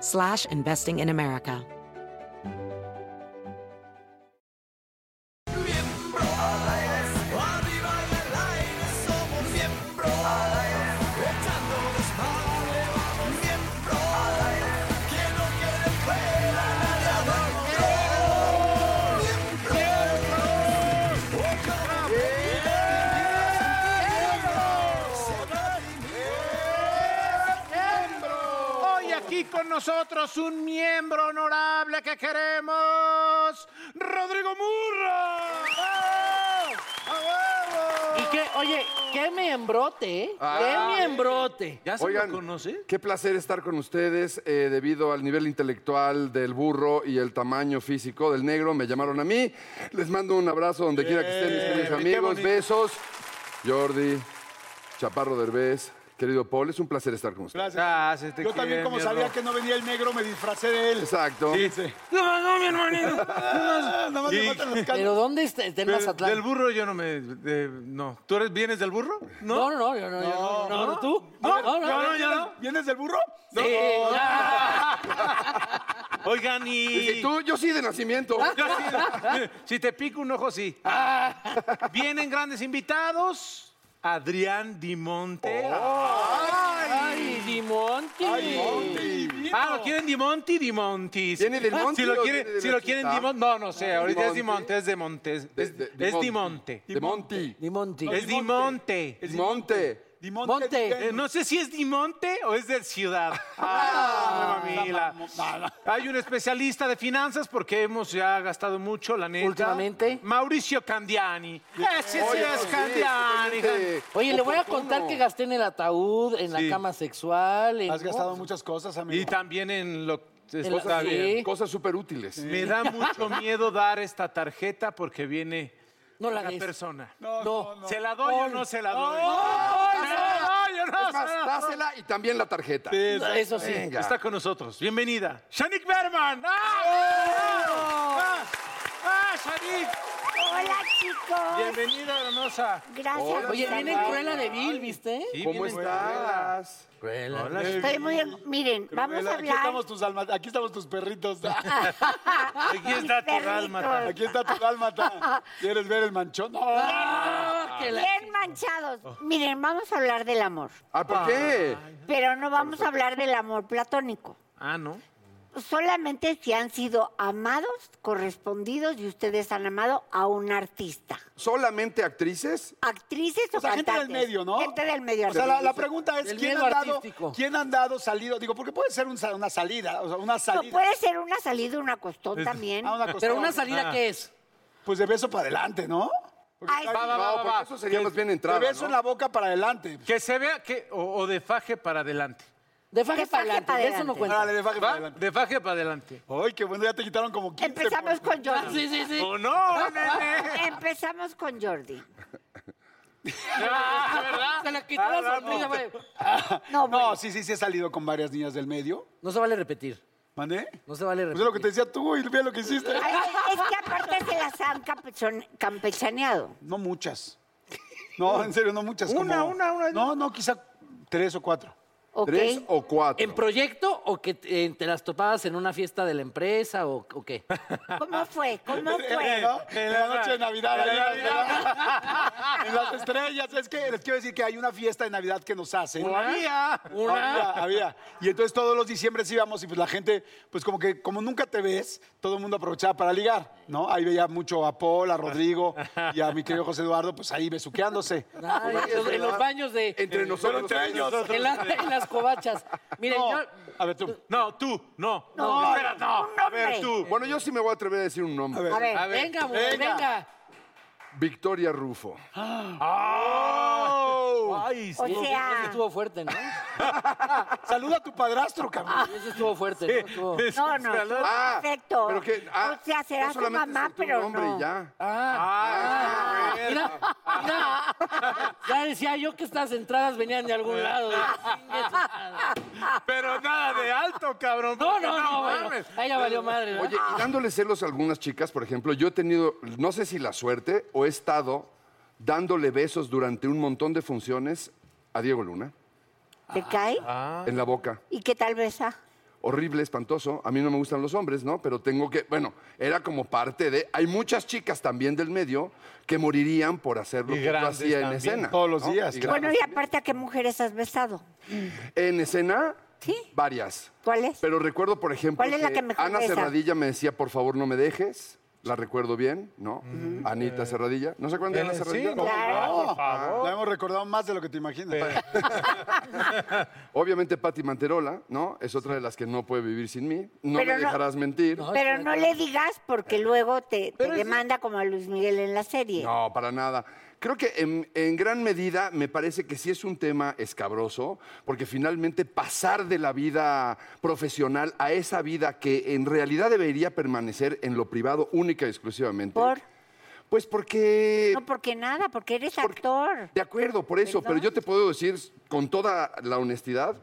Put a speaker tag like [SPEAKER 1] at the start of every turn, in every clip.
[SPEAKER 1] slash investing in America.
[SPEAKER 2] Miembro al aire, arriba en el aire, somos miembro al aire, echando desmadre, vamos miembro al aire, que no quede fuera nada de miembro, miembro, oh, carajo,
[SPEAKER 3] Hoy aquí con nosotros un miembro honorable que queremos, Rodrigo Murra.
[SPEAKER 4] ¿Y qué? Oye, qué miembrote, ¿eh? qué miembrote.
[SPEAKER 5] ¿Ya se
[SPEAKER 6] Oigan,
[SPEAKER 5] lo conoce?
[SPEAKER 6] qué placer estar con ustedes eh, debido al nivel intelectual del burro y el tamaño físico del negro. Me llamaron a mí. Les mando un abrazo donde quiera que estén mis queridos
[SPEAKER 5] y qué
[SPEAKER 6] amigos.
[SPEAKER 5] bonito.
[SPEAKER 6] Besos. Jordi, Chaparro Derbez, querido Paul, es un placer estar con ustedes.
[SPEAKER 2] Gracias.
[SPEAKER 5] Gracias, te
[SPEAKER 2] Yo también,
[SPEAKER 5] quiero,
[SPEAKER 2] como
[SPEAKER 5] mi
[SPEAKER 2] sabía
[SPEAKER 5] Ro.
[SPEAKER 2] que no venía el negro, me disfracé de él.
[SPEAKER 6] Exacto.
[SPEAKER 5] Sí. No, no, mi hermanito.
[SPEAKER 2] Ah, Nada más me
[SPEAKER 5] Y-
[SPEAKER 2] faltan los canos.
[SPEAKER 4] ¿Pero dónde está? Está en
[SPEAKER 5] Del,
[SPEAKER 4] Mazatlán.
[SPEAKER 5] del burro yo no me... de- no. ¿Tú eres, vienes del burro?
[SPEAKER 4] No, no, no, yo no, yo no, no, no, tú.
[SPEAKER 5] No,
[SPEAKER 4] no, no,
[SPEAKER 5] yo no, yo
[SPEAKER 2] ¿Vienes del burro?
[SPEAKER 5] no.
[SPEAKER 4] Sí, ya.
[SPEAKER 5] No. Oigan, y...
[SPEAKER 6] Y tú, yo sí de nacimiento.
[SPEAKER 5] Yo sí- si te pico un ojo, sí.
[SPEAKER 6] Ah.
[SPEAKER 5] Vienen grandes invitados. Adrián Dimonte.
[SPEAKER 4] Ay, Dimonti.
[SPEAKER 5] Ah, ¿lo quieren Dimonti? Dimontis.
[SPEAKER 6] ¿Viene del monte
[SPEAKER 5] Si lo,
[SPEAKER 6] o
[SPEAKER 5] quiere-
[SPEAKER 6] viene de Ah.
[SPEAKER 5] si
[SPEAKER 6] la
[SPEAKER 5] lo quieren
[SPEAKER 6] ciudad?
[SPEAKER 5] Dimonte, no, no sé. Ahorita es Dimonte,
[SPEAKER 6] Dimonte.
[SPEAKER 5] es de Montes.
[SPEAKER 6] De-
[SPEAKER 5] es,
[SPEAKER 6] de-
[SPEAKER 5] es
[SPEAKER 6] Dimonte.
[SPEAKER 5] Dimonte.
[SPEAKER 6] De Monti.
[SPEAKER 4] Dimonti.
[SPEAKER 5] Es Dimonte.
[SPEAKER 6] Es Monte.
[SPEAKER 2] Dimonte.
[SPEAKER 4] Monte.
[SPEAKER 2] Dimonte.
[SPEAKER 5] Eh, no sé si es Dimonte o es de Ciudad. Ah, mamila. Hay un especialista de finanzas porque hemos ya gastado mucho, la neta.
[SPEAKER 4] Últimamente.
[SPEAKER 5] Mauricio Candiani. Ese sí
[SPEAKER 6] Oye,
[SPEAKER 5] es
[SPEAKER 6] sí,
[SPEAKER 5] Candiani.
[SPEAKER 6] totalmente
[SPEAKER 4] Oye, le voy a
[SPEAKER 6] oportuno.
[SPEAKER 4] contar que gasté en el ataúd, en
[SPEAKER 5] Sí.
[SPEAKER 4] la cama sexual. En...
[SPEAKER 2] Has gastado muchas cosas, amigo.
[SPEAKER 5] Y también en lo...
[SPEAKER 4] la-
[SPEAKER 5] Está
[SPEAKER 4] sí.
[SPEAKER 5] bien.
[SPEAKER 6] Cosas súper útiles.
[SPEAKER 5] Me da mucho miedo dar esta tarjeta porque viene
[SPEAKER 4] No la
[SPEAKER 5] una
[SPEAKER 4] des.
[SPEAKER 5] persona.
[SPEAKER 4] No, no,
[SPEAKER 5] ¿Se la doy o no se la doy? ¡Se la doy o no
[SPEAKER 6] Es más,
[SPEAKER 5] se la doy!
[SPEAKER 6] dásela y también la tarjeta.
[SPEAKER 4] Eso sí.
[SPEAKER 6] Venga.
[SPEAKER 5] Está con nosotros. Bienvenida. Shanik Berman. ¡Ah! ¡Ah! ¡Ah, Shanik!
[SPEAKER 7] Hola chicos.
[SPEAKER 5] Bienvenida, hermosa.
[SPEAKER 7] Gracias. por
[SPEAKER 4] Oye, viene
[SPEAKER 7] llamar.
[SPEAKER 4] Cruella Oh, de Vil, ¿viste?
[SPEAKER 5] Sí,
[SPEAKER 6] ¿Cómo
[SPEAKER 5] bien entrada.
[SPEAKER 6] estás?
[SPEAKER 7] Estoy muy bien. Miren, vamos a
[SPEAKER 2] Aquí
[SPEAKER 7] hablar.
[SPEAKER 2] estamos tus almas, aquí estamos tus perritos.
[SPEAKER 5] Aquí está tu
[SPEAKER 7] Perritos.
[SPEAKER 5] alma.
[SPEAKER 2] Aquí está tu dálmata. ¿Quieres ver el manchón? ¡No!
[SPEAKER 4] Ah, Que la-
[SPEAKER 7] Bien manchados. Miren, vamos a hablar del amor,
[SPEAKER 6] Ah, ¿por qué?
[SPEAKER 7] pero no vamos a hablar del amor platónico.
[SPEAKER 5] Ah, ¿no?
[SPEAKER 7] Solamente si han sido amados, correspondidos y ustedes han amado a un artista.
[SPEAKER 6] ¿Solamente actrices?
[SPEAKER 7] Actrices o,
[SPEAKER 2] O sea, gente del
[SPEAKER 7] cantantes.
[SPEAKER 2] medio, ¿no?
[SPEAKER 7] Gente del medio.
[SPEAKER 2] O sea, la, la pregunta es,
[SPEAKER 4] El
[SPEAKER 2] ¿quién
[SPEAKER 4] miedo
[SPEAKER 2] han, dado,
[SPEAKER 4] artístico.
[SPEAKER 2] ¿quién han dado salido? Digo, porque puede ser un sa- una salida, o sea, una
[SPEAKER 7] No,
[SPEAKER 2] salida.
[SPEAKER 7] puede ser una salida, una costón también.
[SPEAKER 2] Ah, una
[SPEAKER 4] Pero
[SPEAKER 2] costón.
[SPEAKER 4] una salida, ¿qué es?
[SPEAKER 2] Pues de beso para adelante, ¿no?
[SPEAKER 7] Ay, sí.
[SPEAKER 5] va, va,
[SPEAKER 6] no,
[SPEAKER 5] va.
[SPEAKER 6] porque eso sería más bien entrada,
[SPEAKER 2] de beso
[SPEAKER 6] ¿no?
[SPEAKER 2] en la boca para adelante.
[SPEAKER 5] Que se vea que... O, o de faje para adelante.
[SPEAKER 4] De faje
[SPEAKER 7] De
[SPEAKER 4] para
[SPEAKER 7] faje
[SPEAKER 4] adelante,
[SPEAKER 7] para
[SPEAKER 4] de eso no
[SPEAKER 7] adelante.
[SPEAKER 4] cuenta.
[SPEAKER 2] Órale, de faje para
[SPEAKER 5] ¿Va?
[SPEAKER 2] adelante.
[SPEAKER 5] De faje para adelante.
[SPEAKER 2] Ay, qué bueno, ya te quitaron como 15.
[SPEAKER 7] Empezamos
[SPEAKER 2] por-
[SPEAKER 7] con Jordi.
[SPEAKER 4] Sí, sí, sí.
[SPEAKER 5] ¡Oh, no, nene!
[SPEAKER 7] Empezamos con Jordi.
[SPEAKER 4] Se la quitó la sonrisa, güey.
[SPEAKER 7] No, bueno.
[SPEAKER 2] No, sí, sí, sí he salido con varias niñas del medio.
[SPEAKER 4] No se vale repetir.
[SPEAKER 2] ¿Mané?
[SPEAKER 4] No se vale
[SPEAKER 2] Pues
[SPEAKER 4] repetir.
[SPEAKER 2] es lo que te decía tú y mira lo que hiciste.
[SPEAKER 7] Ay, Es que aparte se las han campechon- campechaneado.
[SPEAKER 2] No muchas. No, en serio, no muchas.
[SPEAKER 5] Una,
[SPEAKER 2] como-
[SPEAKER 5] una, una.
[SPEAKER 2] No, no, quizá tres o cuatro.
[SPEAKER 7] Ok.
[SPEAKER 6] ¿Tres o cuatro?
[SPEAKER 4] ¿En proyecto o que te, eh, te las topabas en una fiesta de la empresa o, o qué?
[SPEAKER 7] ¿Cómo fue? ¿Cómo fue?
[SPEAKER 2] ¿no? En Eh, la noche de Navidad. ahí en la- en las estrellas. Es que les quiero decir que hay una fiesta de Navidad que nos hacen.
[SPEAKER 5] Había.
[SPEAKER 2] Había, había. Y entonces todos los diciembre íbamos y pues la gente, pues como que como nunca te ves, todo el mundo aprovechaba para ligar, ¿no? Ahí veía mucho a Paul, a Rodrigo y a mi querido José Eduardo, pues ahí besuqueándose.
[SPEAKER 4] Ay, en los- Ah, en los baños de...
[SPEAKER 6] Entre nosotros.
[SPEAKER 4] En, la- en las covachas. Miren,
[SPEAKER 2] No,
[SPEAKER 4] yo...
[SPEAKER 2] a ver tú.
[SPEAKER 5] No, tú, no.
[SPEAKER 7] No,
[SPEAKER 5] espera, no.
[SPEAKER 7] un
[SPEAKER 5] A ver,
[SPEAKER 7] hombre.
[SPEAKER 5] tú.
[SPEAKER 6] Bueno, yo sí me voy a atrever a decir un nombre.
[SPEAKER 7] A ver,
[SPEAKER 4] Venga, mujer,
[SPEAKER 2] venga.
[SPEAKER 4] venga.
[SPEAKER 6] Victoria Rufo.
[SPEAKER 5] Ah.
[SPEAKER 7] Ah.
[SPEAKER 5] Ay,
[SPEAKER 7] o
[SPEAKER 4] Estuvo- ese
[SPEAKER 7] sea,
[SPEAKER 4] estuvo fuerte, ¿no? Ah,
[SPEAKER 2] Saluda a tu padrastro, cabrón.
[SPEAKER 4] Ese estuvo fuerte, ¿no? Estuvo-
[SPEAKER 7] no, no, estuvo
[SPEAKER 6] Ah,
[SPEAKER 7] perfecto.
[SPEAKER 6] pero que- ah,
[SPEAKER 7] o sea, será
[SPEAKER 6] no
[SPEAKER 7] su
[SPEAKER 6] solamente es
[SPEAKER 7] mamá,
[SPEAKER 6] tu
[SPEAKER 7] pero
[SPEAKER 6] nombre y
[SPEAKER 7] no.
[SPEAKER 6] ya.
[SPEAKER 4] Ah, Mira, mira. Ya decía yo que estas entradas venían de algún lado.
[SPEAKER 5] Pero nada de alto, cabrón.
[SPEAKER 4] No,
[SPEAKER 5] porque
[SPEAKER 4] no, no, bueno.
[SPEAKER 5] mames.
[SPEAKER 4] Ahí ya valió madre, ¿verdad?
[SPEAKER 6] Oye, y dándole celos a algunas chicas, por ejemplo, yo he tenido, no sé si la suerte, o he estado dándole besos durante un montón de funciones a Diego Luna,
[SPEAKER 7] ¿Te cae?
[SPEAKER 4] Ah,
[SPEAKER 6] en la boca.
[SPEAKER 7] ¿Y qué tal besa?
[SPEAKER 6] Horrible, espantoso. A mí no me gustan los hombres, ¿no? Pero tengo que, bueno, era como parte de... Hay muchas chicas también del medio que morirían por hacer lo
[SPEAKER 5] Y
[SPEAKER 6] que yo
[SPEAKER 5] grandes
[SPEAKER 6] hacía en
[SPEAKER 5] también,
[SPEAKER 6] escena.
[SPEAKER 2] todos los
[SPEAKER 6] ¿no?
[SPEAKER 2] días,
[SPEAKER 6] Y
[SPEAKER 2] claro.
[SPEAKER 6] grandes.
[SPEAKER 7] Bueno, y aparte, ¿a qué mujeres has besado?
[SPEAKER 6] En escena,
[SPEAKER 7] Sí.
[SPEAKER 6] varias.
[SPEAKER 7] ¿Cuál es?
[SPEAKER 6] Pero recuerdo, por ejemplo, eh,
[SPEAKER 7] ¿Cuál es la que mejor
[SPEAKER 6] Ana
[SPEAKER 7] besa?
[SPEAKER 6] Cerradilla me decía, por favor, no me dejes. La recuerdo bien, ¿no? Anita Cerradilla. ¿No se acuerdan de Ana
[SPEAKER 5] Eh, sí,
[SPEAKER 6] Cerradilla?
[SPEAKER 5] no,
[SPEAKER 7] Claro.
[SPEAKER 5] por favor.
[SPEAKER 2] La hemos recordado más de lo que te imaginas.
[SPEAKER 6] Obviamente Patti Manterola, ¿no? Es otra de las que no puede vivir sin mí. No
[SPEAKER 7] Pero
[SPEAKER 6] me
[SPEAKER 7] no-
[SPEAKER 6] dejarás mentir. No.
[SPEAKER 7] Pero no le digas porque luego te, te demanda como a Luis Miguel en la serie.
[SPEAKER 6] para nada. Creo que en, en gran medida me parece que sí es un tema escabroso, porque finalmente pasar de la vida profesional a esa vida que en realidad debería permanecer en lo privado única y exclusivamente.
[SPEAKER 7] ¿Por?
[SPEAKER 6] Pues porque...
[SPEAKER 7] No, porque nada, porque eres
[SPEAKER 6] Porque-
[SPEAKER 7] actor.
[SPEAKER 6] De acuerdo, por eso, pero yo te puedo decir con toda la honestidad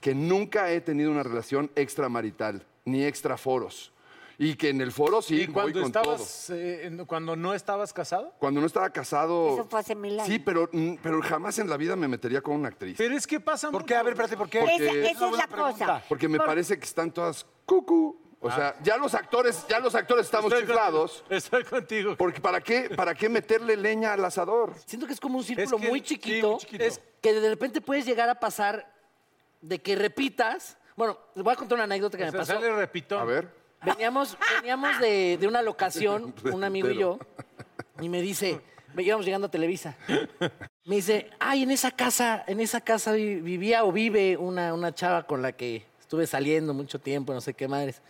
[SPEAKER 6] que nunca he tenido una relación extramarital ni extraforos. Y que en el foro sí
[SPEAKER 5] ¿Y
[SPEAKER 6] voy
[SPEAKER 5] cuando
[SPEAKER 6] con
[SPEAKER 5] estabas, eh, en- cuando no estabas casado?
[SPEAKER 6] todo. Cuando no estaba casado.
[SPEAKER 7] Eso fue hace mil años.
[SPEAKER 6] Sí, pero, mm, pero jamás en la vida me metería con una actriz.
[SPEAKER 5] Pero es que pasa
[SPEAKER 2] ¿Por qué? A ver, espérate, ¿por qué?
[SPEAKER 6] Porque-
[SPEAKER 7] Esa, esa es la cosa.
[SPEAKER 6] Porque me parece que están todas cucú. O sea, ya los actores, ya los actores estamos
[SPEAKER 5] Estoy
[SPEAKER 6] chiflados.
[SPEAKER 5] contigo, Estoy contigo.
[SPEAKER 6] Porque ¿para qué, ¿para qué meterle leña al asador?
[SPEAKER 4] Siento que es como un círculo
[SPEAKER 5] Es que-
[SPEAKER 4] muy
[SPEAKER 5] sí,
[SPEAKER 4] chiquito,
[SPEAKER 5] muy chiquito.
[SPEAKER 4] es que de repente puedes llegar a pasar de que repitas. Bueno, les voy a contar una anécdota que me
[SPEAKER 5] Se
[SPEAKER 4] pasó.
[SPEAKER 5] sale repito.
[SPEAKER 6] A ver.
[SPEAKER 4] Veníamos, veníamos de, de una locación, un amigo y yo, y me dice, ve- íbamos llegando a Televisa. Me dice, ay, en esa casa, en esa casa vi- vivía o vive una, una chava con la que estuve saliendo mucho tiempo, no sé qué madres.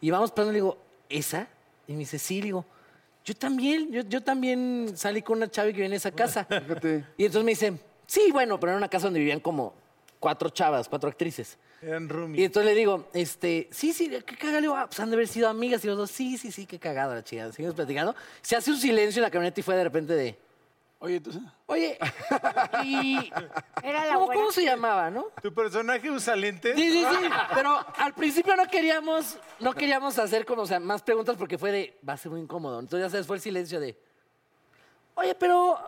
[SPEAKER 4] Y vamos pasando y le digo, ¿esa? Y me dice, sí, le digo, yo también, yo, yo también salí con una chava que vivía en esa casa.
[SPEAKER 6] Fíjate.
[SPEAKER 4] Y entonces me dice, sí, bueno, pero era una casa donde vivían como cuatro chavas, cuatro actrices.
[SPEAKER 5] En
[SPEAKER 4] Y
[SPEAKER 5] roomie.
[SPEAKER 4] entonces le digo, este, sí, sí, qué cagada. Le digo, ah, pues han de haber sido amigas. Y los dos, sí, sí, sí, qué cagada la chingada. Seguimos platicando. Se hace un silencio en la camioneta y fue de repente de,
[SPEAKER 2] Oye, tú...
[SPEAKER 4] oye, y...
[SPEAKER 7] Era la
[SPEAKER 4] ¿Cómo,
[SPEAKER 7] buena.
[SPEAKER 4] cómo se llamaba, no?
[SPEAKER 5] ¿Tu personaje usa lentes?
[SPEAKER 4] Sí, sí, sí. Pero al principio no queríamos, no queríamos hacer como, o sea, más preguntas porque fue de, va a ser muy incómodo. Entonces ya sabes, fue el silencio de, oye, pero,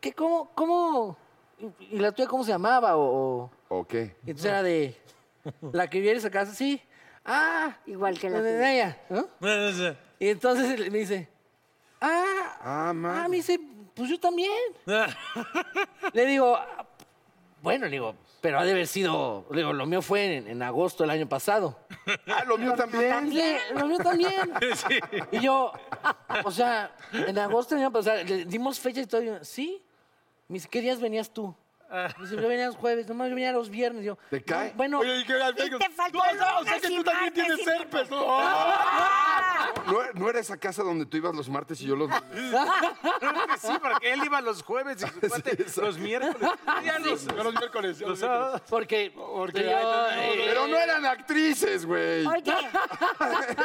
[SPEAKER 4] ¿qué, cómo, cómo, y, y la tuya cómo se llamaba o- o...
[SPEAKER 6] ¿O qué?
[SPEAKER 4] Y entonces era de. La que viene a casa, sí. Ah.
[SPEAKER 7] Igual que la
[SPEAKER 4] de
[SPEAKER 7] tuya.
[SPEAKER 4] ella, ¿no?
[SPEAKER 5] No, no sé.
[SPEAKER 4] Y entonces él me dice. Ah.
[SPEAKER 6] Ah, madre.
[SPEAKER 4] me dice, pues yo también. le digo, "Ah, bueno, le digo, pero ha de haber sido. Le digo, lo mío fue en, en agosto del año pasado.
[SPEAKER 6] Ah, lo mío también.
[SPEAKER 4] Le- lo mío también. Y yo, o sea, en agosto del año pasado, le dimos fecha y todo. y yo, sí. Me dice, ¿qué días venías tú? Me dice, yo venía los jueves, nomás yo venía los viernes. Y yo,
[SPEAKER 6] ¿Te
[SPEAKER 4] "No,
[SPEAKER 6] cae?
[SPEAKER 4] Bueno,
[SPEAKER 2] Oye, ¿y qué era?
[SPEAKER 7] Y te faltó
[SPEAKER 2] Tú, ah, o sea
[SPEAKER 7] lunes
[SPEAKER 2] que
[SPEAKER 7] y
[SPEAKER 2] tú también
[SPEAKER 7] martes
[SPEAKER 2] tienes
[SPEAKER 7] y-
[SPEAKER 2] herpes. ¿no? ¡Ah!
[SPEAKER 6] ¿No, no era esa casa donde tú ibas los martes y yo los...
[SPEAKER 5] Creo que sí, porque él iba los jueves y su cuate los miércoles. Ya los-
[SPEAKER 2] Yo los miércoles. yo los
[SPEAKER 5] los sábados.
[SPEAKER 4] Porque.
[SPEAKER 2] Porque
[SPEAKER 4] yo,
[SPEAKER 2] ay, tenemos-
[SPEAKER 4] eh,
[SPEAKER 6] Pero no eran actrices, güey.
[SPEAKER 7] Oye,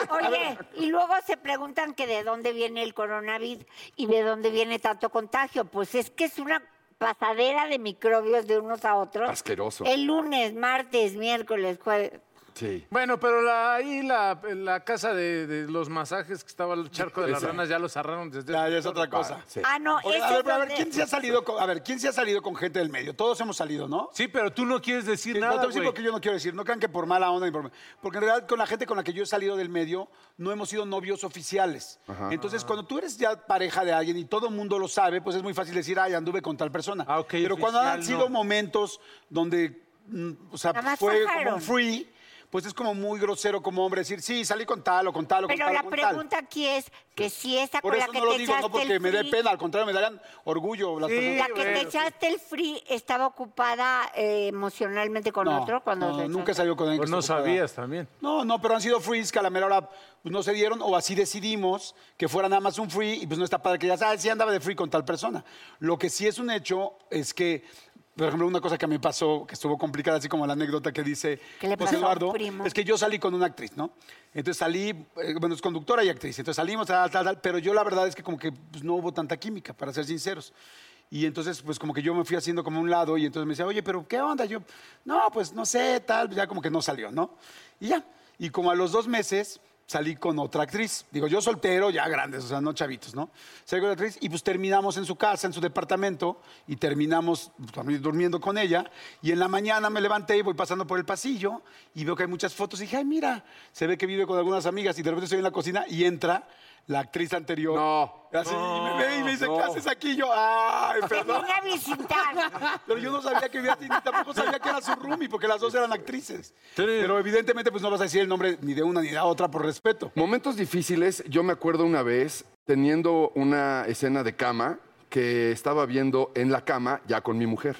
[SPEAKER 7] oye, y luego se preguntan que de dónde viene el coronavirus y de dónde viene tanto contagio. Pues es que es una pasadera de microbios de unos a otros.
[SPEAKER 6] Asqueroso.
[SPEAKER 7] El lunes, martes, miércoles, jueves.
[SPEAKER 6] Sí.
[SPEAKER 5] Bueno, pero la, ahí la, la casa de, de los masajes que estaba el charco de las ranas ya lo cerraron desde.
[SPEAKER 2] Ah, Ya, ya es otra cosa.
[SPEAKER 6] Sí.
[SPEAKER 7] Ah, no,
[SPEAKER 2] Oye,
[SPEAKER 7] ese
[SPEAKER 2] a ver,
[SPEAKER 7] es
[SPEAKER 2] pero a ver,
[SPEAKER 7] donde-
[SPEAKER 2] ¿quién se ha salido con, a ver, ¿quién se ha salido con gente del medio? Todos hemos salido, ¿no?
[SPEAKER 5] Sí, pero tú no quieres decir
[SPEAKER 2] Sí, no, te
[SPEAKER 5] nada.
[SPEAKER 2] voy a decir
[SPEAKER 5] güey.
[SPEAKER 2] lo que yo no quiero decir. No crean que por mala onda ni por... Porque en realidad con la gente con la que yo he salido del medio no hemos sido novios oficiales. Entonces,
[SPEAKER 5] Ah.
[SPEAKER 2] cuando tú eres ya pareja de alguien y todo el mundo lo sabe, pues es muy fácil decir, ay, anduve con tal persona.
[SPEAKER 5] Ah, ok,
[SPEAKER 2] Pero cuando
[SPEAKER 5] oficial,
[SPEAKER 2] han sido
[SPEAKER 5] no.
[SPEAKER 2] momentos donde, mm, o sea,
[SPEAKER 7] Nada más
[SPEAKER 2] fue como
[SPEAKER 7] fajaron.
[SPEAKER 2] un free, pues es como muy grosero como hombre decir, sí, salí con tal o con tal o con
[SPEAKER 7] Pero
[SPEAKER 2] tal. o
[SPEAKER 7] la
[SPEAKER 2] con tal".
[SPEAKER 7] pregunta aquí es que si esa
[SPEAKER 2] Por
[SPEAKER 7] con la
[SPEAKER 2] eso
[SPEAKER 7] que
[SPEAKER 2] no lo
[SPEAKER 7] te
[SPEAKER 2] digo,
[SPEAKER 7] echaste
[SPEAKER 2] no porque
[SPEAKER 7] el
[SPEAKER 2] me dé
[SPEAKER 7] free,
[SPEAKER 2] pena, al contrario, me darían orgullo las
[SPEAKER 5] Sí,
[SPEAKER 2] personas
[SPEAKER 7] la que te echaste el free estaba ocupada eh, emocionalmente con
[SPEAKER 2] No,
[SPEAKER 7] otro cuando
[SPEAKER 2] no,
[SPEAKER 7] te
[SPEAKER 2] nunca
[SPEAKER 7] echaste.
[SPEAKER 2] salió con alguien
[SPEAKER 5] Pues
[SPEAKER 2] que
[SPEAKER 5] no
[SPEAKER 2] estuvo fuera.
[SPEAKER 5] sabías también.
[SPEAKER 2] No, no, pero han sido frees que a la mera hora pues, no se dieron o así decidimos que fuera nada más un free y pues no está padre que ya sabes, sí andaba de free con tal persona. Lo que sí es un hecho es que, por ejemplo, una cosa que me pasó, que estuvo complicada, así como la anécdota que dice
[SPEAKER 7] ¿Qué le pasó
[SPEAKER 2] José
[SPEAKER 7] a un
[SPEAKER 2] Eduardo,
[SPEAKER 7] primo?
[SPEAKER 2] es que yo salí con una actriz, ¿no? Entonces salí, eh, bueno, es conductora y actriz, entonces salimos, tal, tal, tal, pero yo la verdad es que como que pues, no hubo tanta química, para ser sinceros. Y entonces, pues como que yo me fui haciendo como a un lado y entonces me decía, oye, pero ¿qué onda? Yo, no, pues no sé, tal, ya como que no salió, ¿no? Y ya, y como a los dos meses salí con otra actriz. Digo, yo soltero, ya grandes, o sea, no chavitos, ¿no? Salí con otra actriz y pues terminamos en su casa, en su departamento, y terminamos durmi- durmiendo con ella. Y en la mañana me levanté y voy pasando por el pasillo y veo que hay muchas fotos. Y dije, ay, mira, se ve que vive con algunas amigas. Y de repente estoy en la cocina y entra la actriz anterior.
[SPEAKER 6] No.
[SPEAKER 2] Así, y me ve y me dice, ¿qué haces aquí? Y Yo, ay,
[SPEAKER 7] Te
[SPEAKER 2] perdón.
[SPEAKER 7] vine a visitar.
[SPEAKER 2] Pero yo no sabía que había, ni tampoco sabía que era su roomie, porque las dos eran actrices. Pero evidentemente, pues no vas a decir el nombre ni de una ni de la otra por respeto.
[SPEAKER 6] Momentos difíciles, yo me acuerdo una vez teniendo una escena de cama que estaba viendo en la cama ya con mi mujer.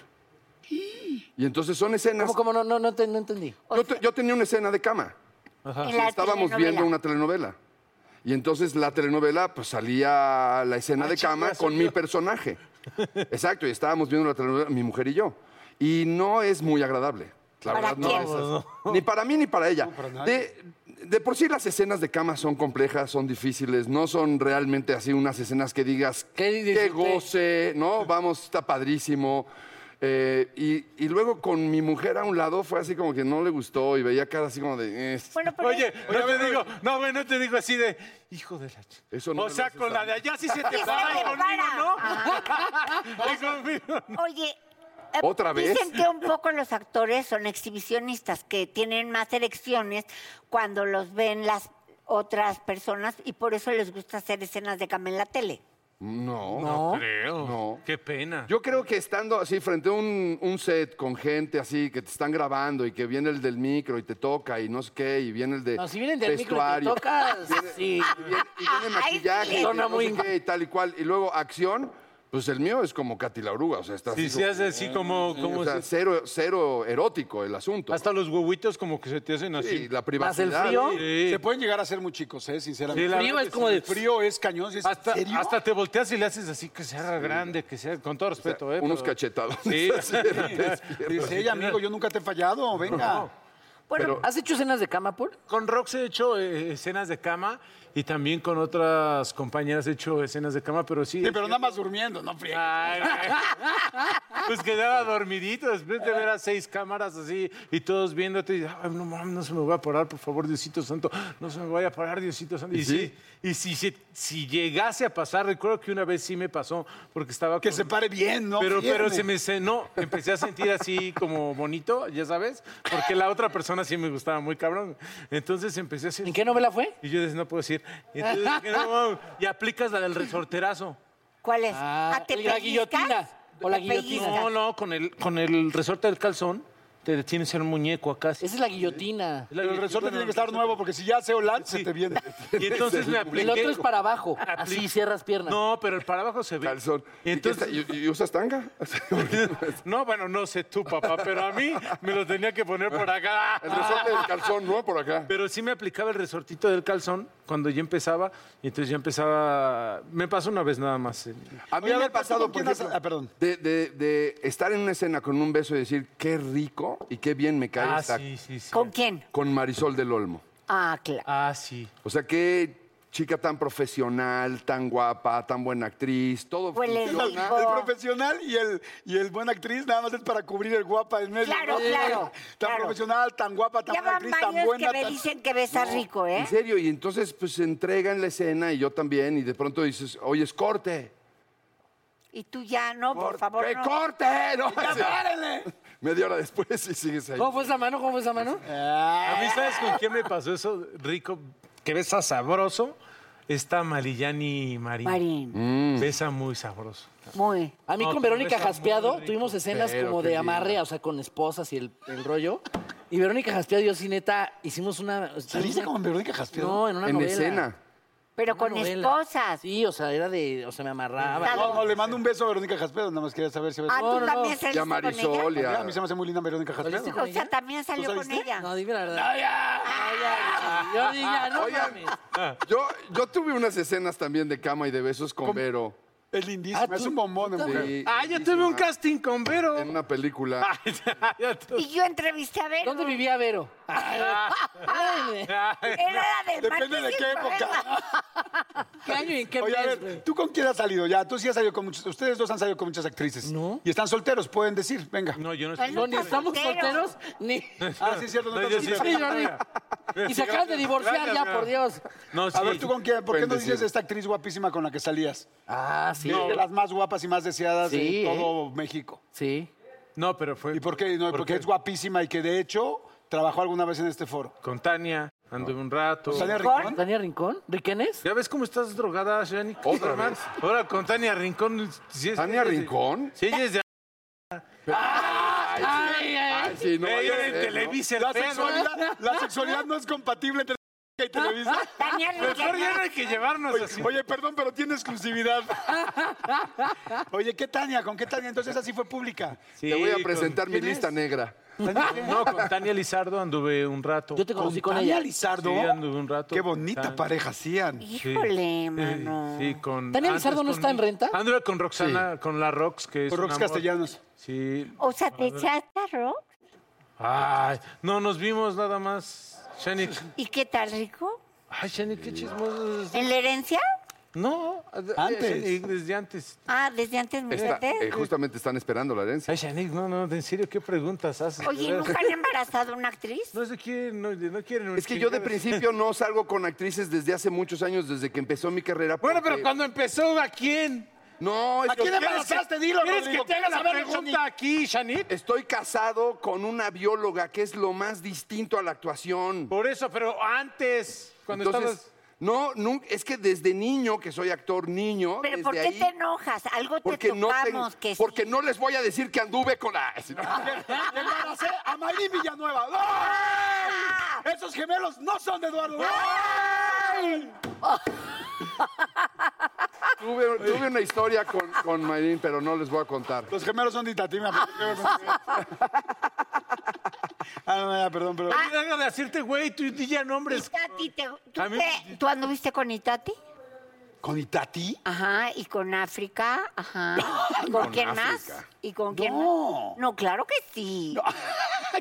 [SPEAKER 6] Y entonces son escenas...
[SPEAKER 4] ¿Cómo, cómo? No, no, no, te- no entendí.
[SPEAKER 6] Yo, te- yo tenía una escena de cama.
[SPEAKER 7] En la
[SPEAKER 6] Estábamos
[SPEAKER 7] telenovela.
[SPEAKER 6] viendo una telenovela. Y entonces la telenovela, pues salía Ah, la escena de cama con mi personaje. Exacto, y estábamos viendo la telenovela, mi mujer y yo. Y no es muy agradable. La
[SPEAKER 7] ¿Para
[SPEAKER 6] verdad, no
[SPEAKER 7] quién?
[SPEAKER 6] es- Ni para mí ni para ella. de, de por sí las escenas de cama son complejas, son difíciles, no son realmente así unas escenas que digas
[SPEAKER 4] Qué
[SPEAKER 6] que
[SPEAKER 4] disfruté".
[SPEAKER 6] goce, ¿no? Vamos, está padrísimo. Eh, y, y luego con mi mujer a un lado fue así como que no le gustó y veía cara así como de... "Eh,
[SPEAKER 7] Bueno, pero
[SPEAKER 5] Oye, no te digo, no, güey, no te digo así de hijo de la ch-".
[SPEAKER 6] Eso
[SPEAKER 5] O
[SPEAKER 6] no me lo
[SPEAKER 5] sea,
[SPEAKER 6] haces
[SPEAKER 5] con
[SPEAKER 6] a
[SPEAKER 5] la
[SPEAKER 6] mí.
[SPEAKER 5] de allá sí se te
[SPEAKER 7] Sí se
[SPEAKER 5] para
[SPEAKER 7] te
[SPEAKER 5] y conmigo,
[SPEAKER 7] para.
[SPEAKER 5] ¿no? Y conmigo.
[SPEAKER 7] Oye, eh,
[SPEAKER 6] ¿Otra vez?
[SPEAKER 7] Dicen que un poco los actores son exhibicionistas, que tienen más erecciones cuando los ven las otras personas y por eso les gusta hacer escenas de cama en la tele.
[SPEAKER 6] No.
[SPEAKER 4] No.
[SPEAKER 5] Creo.
[SPEAKER 6] No.
[SPEAKER 5] Qué pena.
[SPEAKER 6] Yo creo que estando así frente a un, un set con gente así que te están grabando y que viene el del micro y te toca y no sé qué y viene el de
[SPEAKER 4] No, si vienen del micro y te
[SPEAKER 6] vestuario.
[SPEAKER 4] tocas, sí.
[SPEAKER 6] y viene, y viene
[SPEAKER 7] Ay,
[SPEAKER 6] maquillaje y
[SPEAKER 4] sí.
[SPEAKER 6] que no
[SPEAKER 4] Muy-
[SPEAKER 6] sé qué y tal y cual y luego acción pues el mío es como Katy la oruga o sea está
[SPEAKER 5] Si
[SPEAKER 6] así
[SPEAKER 5] se hace así como.
[SPEAKER 6] como-
[SPEAKER 5] como
[SPEAKER 6] o sea,
[SPEAKER 5] se-
[SPEAKER 6] cero cero erótico el asunto
[SPEAKER 5] hasta los huevitos como que se te hacen así.
[SPEAKER 6] Sí, la
[SPEAKER 4] ¿Más el
[SPEAKER 6] privacidad
[SPEAKER 4] frío?
[SPEAKER 5] Sí.
[SPEAKER 2] Se pueden llegar a ser muy chicos, ¿eh? Sinceramente.
[SPEAKER 5] Sí, la
[SPEAKER 4] Frío
[SPEAKER 5] verdad
[SPEAKER 4] es como de...
[SPEAKER 2] El frío es cañón. y es,
[SPEAKER 5] Hasta,
[SPEAKER 2] ¿en serio?
[SPEAKER 5] hasta te volteas y le haces así que se haga grande, que sea, con todo respeto, ¿eh?
[SPEAKER 6] unos
[SPEAKER 5] Pero-
[SPEAKER 6] cachetados
[SPEAKER 5] Sí.
[SPEAKER 2] Dice, "Ey, amigo, yo nunca te he fallado, venga.
[SPEAKER 4] Bueno,
[SPEAKER 6] pero-
[SPEAKER 4] ¿has hecho escenas de cama, Paul?
[SPEAKER 5] Con Rox he hecho eh, escenas de cama y también con otras compañeras he hecho escenas de cama, pero sí.
[SPEAKER 2] Sí, pero nada más durmiendo, no friegues. Ah.
[SPEAKER 5] Ay, güey. pues quedaba dormidito después de ver a seis cámaras así y todos viéndote. Y, "Ay, no mames, no se me voy a parar, por favor, Diosito Santo. No se me vaya a parar, Diosito Santo. Y, sí, y si, si, si llegase a pasar, recuerdo que una vez sí me pasó porque estaba.
[SPEAKER 2] Que
[SPEAKER 5] con-
[SPEAKER 2] se pare bien, ¿no?
[SPEAKER 5] pero, pero
[SPEAKER 2] friegues.
[SPEAKER 5] se me se- no, empecé a sentir así como bonito, ya sabes, porque la otra persona sí me gustaba muy cabrón. Entonces empecé a hacer.
[SPEAKER 4] ¿En qué novela fue?
[SPEAKER 5] Y yo decía, no puedo decir. Y, entonces dije, "No, mames". Y aplicas la del resorterazo.
[SPEAKER 7] ¿Cuál es?
[SPEAKER 4] Ah,
[SPEAKER 7] ¿Ah, te
[SPEAKER 4] la
[SPEAKER 7] pellizcas?
[SPEAKER 4] guillotina, o la
[SPEAKER 7] ¿Te
[SPEAKER 4] guillotina.
[SPEAKER 7] pellizcas?
[SPEAKER 5] No, no, con el, con el resorte del calzón te detienes el muñeco acá.
[SPEAKER 4] Esa es la guillotina.
[SPEAKER 2] Pero el resorte tiene que estar nuevo, porque si ya hace Olan, se te viene.
[SPEAKER 5] Y entonces me
[SPEAKER 4] El otro
[SPEAKER 5] apliqué.
[SPEAKER 4] es para abajo. Así cierras piernas.
[SPEAKER 5] No, pero el para abajo se ve.
[SPEAKER 6] calzón
[SPEAKER 5] Y
[SPEAKER 6] ¿Y qué está-
[SPEAKER 5] entonces,
[SPEAKER 6] ¿Y, y usas tanga
[SPEAKER 5] no, bueno, no sé tú, papá, pero a mí me lo tenía que poner por acá.
[SPEAKER 6] el resorte del calzón no por acá
[SPEAKER 5] Pero sí me aplicaba el resortito del calzón cuando yo empezaba. Y entonces ya empezaba. Me pasó una vez nada más. eh.
[SPEAKER 6] A mí
[SPEAKER 2] Oye, a
[SPEAKER 6] me
[SPEAKER 2] ver,
[SPEAKER 6] ha
[SPEAKER 2] ¿tú
[SPEAKER 6] pasado,
[SPEAKER 2] con
[SPEAKER 6] por
[SPEAKER 2] quién has-
[SPEAKER 6] ejemplo,
[SPEAKER 2] ah, perdón.
[SPEAKER 6] De, de- de estar en una escena con un beso y decir, qué rico y qué bien me cae
[SPEAKER 5] Ah,
[SPEAKER 6] esta-
[SPEAKER 5] sí, sí, sí.
[SPEAKER 7] ¿Con quién?
[SPEAKER 6] con Marisol del Olmo.
[SPEAKER 7] Ah, claro.
[SPEAKER 5] Ah, sí.
[SPEAKER 6] O sea, qué chica tan profesional, tan guapa, tan buena actriz, todo
[SPEAKER 7] Pues les
[SPEAKER 6] funciona.
[SPEAKER 7] digo.
[SPEAKER 2] El profesional y el, y el buena actriz nada más es para cubrir el guapa en medio.
[SPEAKER 7] Claro,
[SPEAKER 2] ¿no?
[SPEAKER 7] claro,
[SPEAKER 2] Tan
[SPEAKER 7] claro.
[SPEAKER 2] profesional, tan guapa, tan
[SPEAKER 7] Ya
[SPEAKER 2] buena
[SPEAKER 7] van
[SPEAKER 2] actriz, tan
[SPEAKER 7] varios
[SPEAKER 2] buena.
[SPEAKER 7] que me
[SPEAKER 2] tan-
[SPEAKER 7] dicen que besa rico, ¿eh?
[SPEAKER 6] En serio, y entonces pues se entrega en la escena y yo también, y de pronto dices, oye, es corte.
[SPEAKER 7] Y tú ya, no, por
[SPEAKER 6] corte,
[SPEAKER 7] favor,
[SPEAKER 6] ¡que
[SPEAKER 7] no.
[SPEAKER 6] corte! No, Sí. Media hora después y sigues ahí.
[SPEAKER 4] ¿Cómo fue esa mano? ¿Cómo fue esa mano?
[SPEAKER 2] Ah.
[SPEAKER 5] A mí, ¿sabes con quién me pasó eso rico? Que besa sabroso. Está Marillani Marín.
[SPEAKER 7] Marín,
[SPEAKER 6] Mm.
[SPEAKER 5] Besa muy sabroso.
[SPEAKER 7] muy.
[SPEAKER 4] A mí
[SPEAKER 5] No,
[SPEAKER 4] con
[SPEAKER 5] pero
[SPEAKER 4] Verónica
[SPEAKER 5] está muy
[SPEAKER 4] Jaspeado
[SPEAKER 5] rico.
[SPEAKER 4] tuvimos escenas
[SPEAKER 6] Pero
[SPEAKER 4] como
[SPEAKER 6] qué
[SPEAKER 4] de
[SPEAKER 6] lindo.
[SPEAKER 4] amarre, o sea, con esposas y el, el rollo. Y Verónica Jaspeado y yo, sí, neta, hicimos una...
[SPEAKER 2] ¿Saliste como en Verónica Jaspedo?
[SPEAKER 4] No, en una
[SPEAKER 6] en
[SPEAKER 4] novela.
[SPEAKER 6] escena.
[SPEAKER 7] Pero
[SPEAKER 4] Una
[SPEAKER 7] con
[SPEAKER 4] novela.
[SPEAKER 7] esposas.
[SPEAKER 4] Sí, o sea, era de... O sea, me amarraba.
[SPEAKER 2] Ah, No, no, le mando un beso a Verónica Jaspedo, nada más quería saber si
[SPEAKER 7] Ah,
[SPEAKER 2] había...
[SPEAKER 7] tú
[SPEAKER 4] No, no,
[SPEAKER 7] también
[SPEAKER 4] no.
[SPEAKER 7] saliste
[SPEAKER 6] Y a
[SPEAKER 7] con
[SPEAKER 6] Marisol, y
[SPEAKER 7] ella. Pues
[SPEAKER 6] a-
[SPEAKER 2] Ah, A mí se me hace muy linda Verónica Jaspedo.
[SPEAKER 4] con
[SPEAKER 7] O sea,
[SPEAKER 4] ella?
[SPEAKER 7] también salió con
[SPEAKER 2] saliste?
[SPEAKER 7] ella.
[SPEAKER 4] No, dime la verdad. ¡No, ya! Yo diría, no
[SPEAKER 6] Oigan,
[SPEAKER 4] mames.
[SPEAKER 6] yo, yo tuve unas escenas también de cama y de besos con Vero
[SPEAKER 2] Es lindísima, es un bombón en mujer.
[SPEAKER 6] Sí,
[SPEAKER 5] Ah, yo tuve un casting con Vero.
[SPEAKER 6] en una película.
[SPEAKER 5] Ya tuve-
[SPEAKER 7] Y yo entrevisté a Vero.
[SPEAKER 4] ¿Dónde vivía Vero? Ay,
[SPEAKER 7] Era la del
[SPEAKER 2] Depende
[SPEAKER 7] martes
[SPEAKER 2] de
[SPEAKER 7] sin
[SPEAKER 2] qué época.
[SPEAKER 7] problema.
[SPEAKER 4] ¿Qué año y en qué
[SPEAKER 2] Oye, a
[SPEAKER 4] mes, güey?
[SPEAKER 2] ver, ¿tú con quién has salido ya? Tú sí has salido con muchos... Ustedes dos han salido con muchas actrices.
[SPEAKER 4] No.
[SPEAKER 2] Y están solteros, pueden decir, venga.
[SPEAKER 5] No, yo no
[SPEAKER 7] Él
[SPEAKER 5] estoy.
[SPEAKER 4] No, ni
[SPEAKER 7] está
[SPEAKER 4] estamos
[SPEAKER 7] soltero.
[SPEAKER 4] solteros, ni...
[SPEAKER 2] Ah, sí, es cierto, no,
[SPEAKER 5] No, yo
[SPEAKER 2] están
[SPEAKER 5] sí
[SPEAKER 2] solteros.
[SPEAKER 4] Sí, Jordi. Y se acaban de divorciar
[SPEAKER 5] Gracias,
[SPEAKER 4] ya,
[SPEAKER 5] Vero.
[SPEAKER 4] por Dios.
[SPEAKER 5] No, sí.
[SPEAKER 2] A ver, ¿tú con quién? ¿Por qué no
[SPEAKER 6] Pueden
[SPEAKER 2] dices
[SPEAKER 6] decir.
[SPEAKER 2] de esta actriz guapísima con la que salías?
[SPEAKER 4] Ah, sí.
[SPEAKER 2] De las más guapas y más deseadas
[SPEAKER 4] Sí,
[SPEAKER 6] ¿eh?
[SPEAKER 2] de todo México.
[SPEAKER 4] Sí.
[SPEAKER 5] No, pero fue.
[SPEAKER 2] ¿Y por qué? No, porque es guapísima y que de hecho trabajó alguna vez en este foro.
[SPEAKER 5] Con Tania, anduve un rato.
[SPEAKER 2] ¿Tania Rincón?
[SPEAKER 4] ¿Tania Rincón? ¿Riquenes?
[SPEAKER 5] ¿Ya ves cómo estás drogada, Shani?
[SPEAKER 6] Otra
[SPEAKER 5] Hermano,
[SPEAKER 6] vez.
[SPEAKER 5] Ahora con Tania Rincón. si es-
[SPEAKER 6] ¿Tania Rincón?
[SPEAKER 5] Sí, ella es de...
[SPEAKER 4] Ay, ay.
[SPEAKER 6] Ay, sí, no
[SPEAKER 5] Ella
[SPEAKER 6] vaya a
[SPEAKER 5] era en
[SPEAKER 6] ser, ¿no?
[SPEAKER 5] Televisa el
[SPEAKER 2] La
[SPEAKER 5] pedo.
[SPEAKER 2] sexualidad, la sexualidad no es compatible entre y Televisa.
[SPEAKER 7] Tania
[SPEAKER 5] Mejor ya
[SPEAKER 7] Riquelme.
[SPEAKER 5] no hay que llevarnos así.
[SPEAKER 2] Oye, perdón, pero tiene exclusividad. Oye, ¿qué Tania? ¿Con qué Tania? Entonces así fue pública.
[SPEAKER 5] Sí,
[SPEAKER 6] Te voy
[SPEAKER 5] con-
[SPEAKER 6] a presentar mi lista negra.
[SPEAKER 5] No, con Tania Lizardo anduve un rato.
[SPEAKER 4] Yo te conocí con,
[SPEAKER 2] Tania
[SPEAKER 4] ella.
[SPEAKER 2] Lizardo.
[SPEAKER 5] Sí, anduve un rato.
[SPEAKER 2] Qué bonita
[SPEAKER 5] Tan-
[SPEAKER 2] pareja hacían.
[SPEAKER 7] Híjole, mano.
[SPEAKER 5] Sí, con...
[SPEAKER 4] ¿Tania
[SPEAKER 5] antes
[SPEAKER 4] Lizardo no
[SPEAKER 5] con-
[SPEAKER 4] está en Renta?
[SPEAKER 5] Anduve con Roxana, con la Rox, que es
[SPEAKER 2] Por
[SPEAKER 5] un
[SPEAKER 2] Rox
[SPEAKER 5] amor.
[SPEAKER 2] Castellanos.
[SPEAKER 5] Sí.
[SPEAKER 7] O sea, te echaste a Rox.
[SPEAKER 5] Ay, no, nos vimos nada más. Shani,
[SPEAKER 7] ¿Y qué tal, rico?
[SPEAKER 5] ay, Shani, qué chismoso.
[SPEAKER 7] ¿En la herencia?
[SPEAKER 5] No, eh,
[SPEAKER 2] Antes.
[SPEAKER 5] Shani, desde antes.
[SPEAKER 7] Ah, desde antes, muy
[SPEAKER 6] Está-
[SPEAKER 7] antes.
[SPEAKER 6] eh, justamente están esperando la herencia.
[SPEAKER 5] Ay, Shani, no, no, en serio, ¿qué preguntas haces?
[SPEAKER 7] Oye,
[SPEAKER 5] De
[SPEAKER 7] ¿nunca
[SPEAKER 5] veras.
[SPEAKER 7] han embarazado a una actriz?
[SPEAKER 5] No se quieren, no, no quieren. un
[SPEAKER 6] Es que yo de
[SPEAKER 5] chingadas.
[SPEAKER 6] principio no salgo con actrices desde hace muchos años, desde que empezó mi carrera.
[SPEAKER 5] Bueno, pero
[SPEAKER 6] porque-
[SPEAKER 5] cuando empezó, ¿a quién?
[SPEAKER 6] No, es
[SPEAKER 2] ¿A
[SPEAKER 6] que-
[SPEAKER 2] quién embarazaste? Dilo,
[SPEAKER 5] ¿Quieres que
[SPEAKER 2] Rodrigo,
[SPEAKER 5] te haga la
[SPEAKER 2] ¿quieres saberlo,
[SPEAKER 5] pregunta aquí, Shani?
[SPEAKER 6] Estoy casado con una bióloga, que es lo más distinto a la actuación.
[SPEAKER 5] Por eso, pero antes, cuando
[SPEAKER 6] Entonces, no, nun- es que desde niño, que soy actor niño,
[SPEAKER 7] ¿Pero
[SPEAKER 6] desde
[SPEAKER 7] por qué
[SPEAKER 6] ahí,
[SPEAKER 7] te enojas? Algo te
[SPEAKER 6] porque no te-
[SPEAKER 7] tocamos que sí.
[SPEAKER 6] porque no les voy a decir que anduve con Ah, la.
[SPEAKER 2] Me embaracé a Mayrín Villanueva. ¡Ay! Esos gemelos no son de Eduardo. Ah, ¡Ay!
[SPEAKER 6] tuve, tuve una historia con, con Mayrin, pero no les voy a contar.
[SPEAKER 2] Los gemelos son de Itatima. Ah, no, ya, perdón, pero...
[SPEAKER 5] estabas. Algo de hacerte, güey, tú di ya nombres.
[SPEAKER 7] Itati, te- ¿tú,
[SPEAKER 5] A mí-
[SPEAKER 7] te- ¿tú anduviste con Itati?
[SPEAKER 2] ¿Con Itati?
[SPEAKER 7] Ajá, y con África, ajá. ¿Y con, quién más?
[SPEAKER 6] África.
[SPEAKER 7] ¿Y con quién
[SPEAKER 2] No.
[SPEAKER 7] más? No, claro que sí.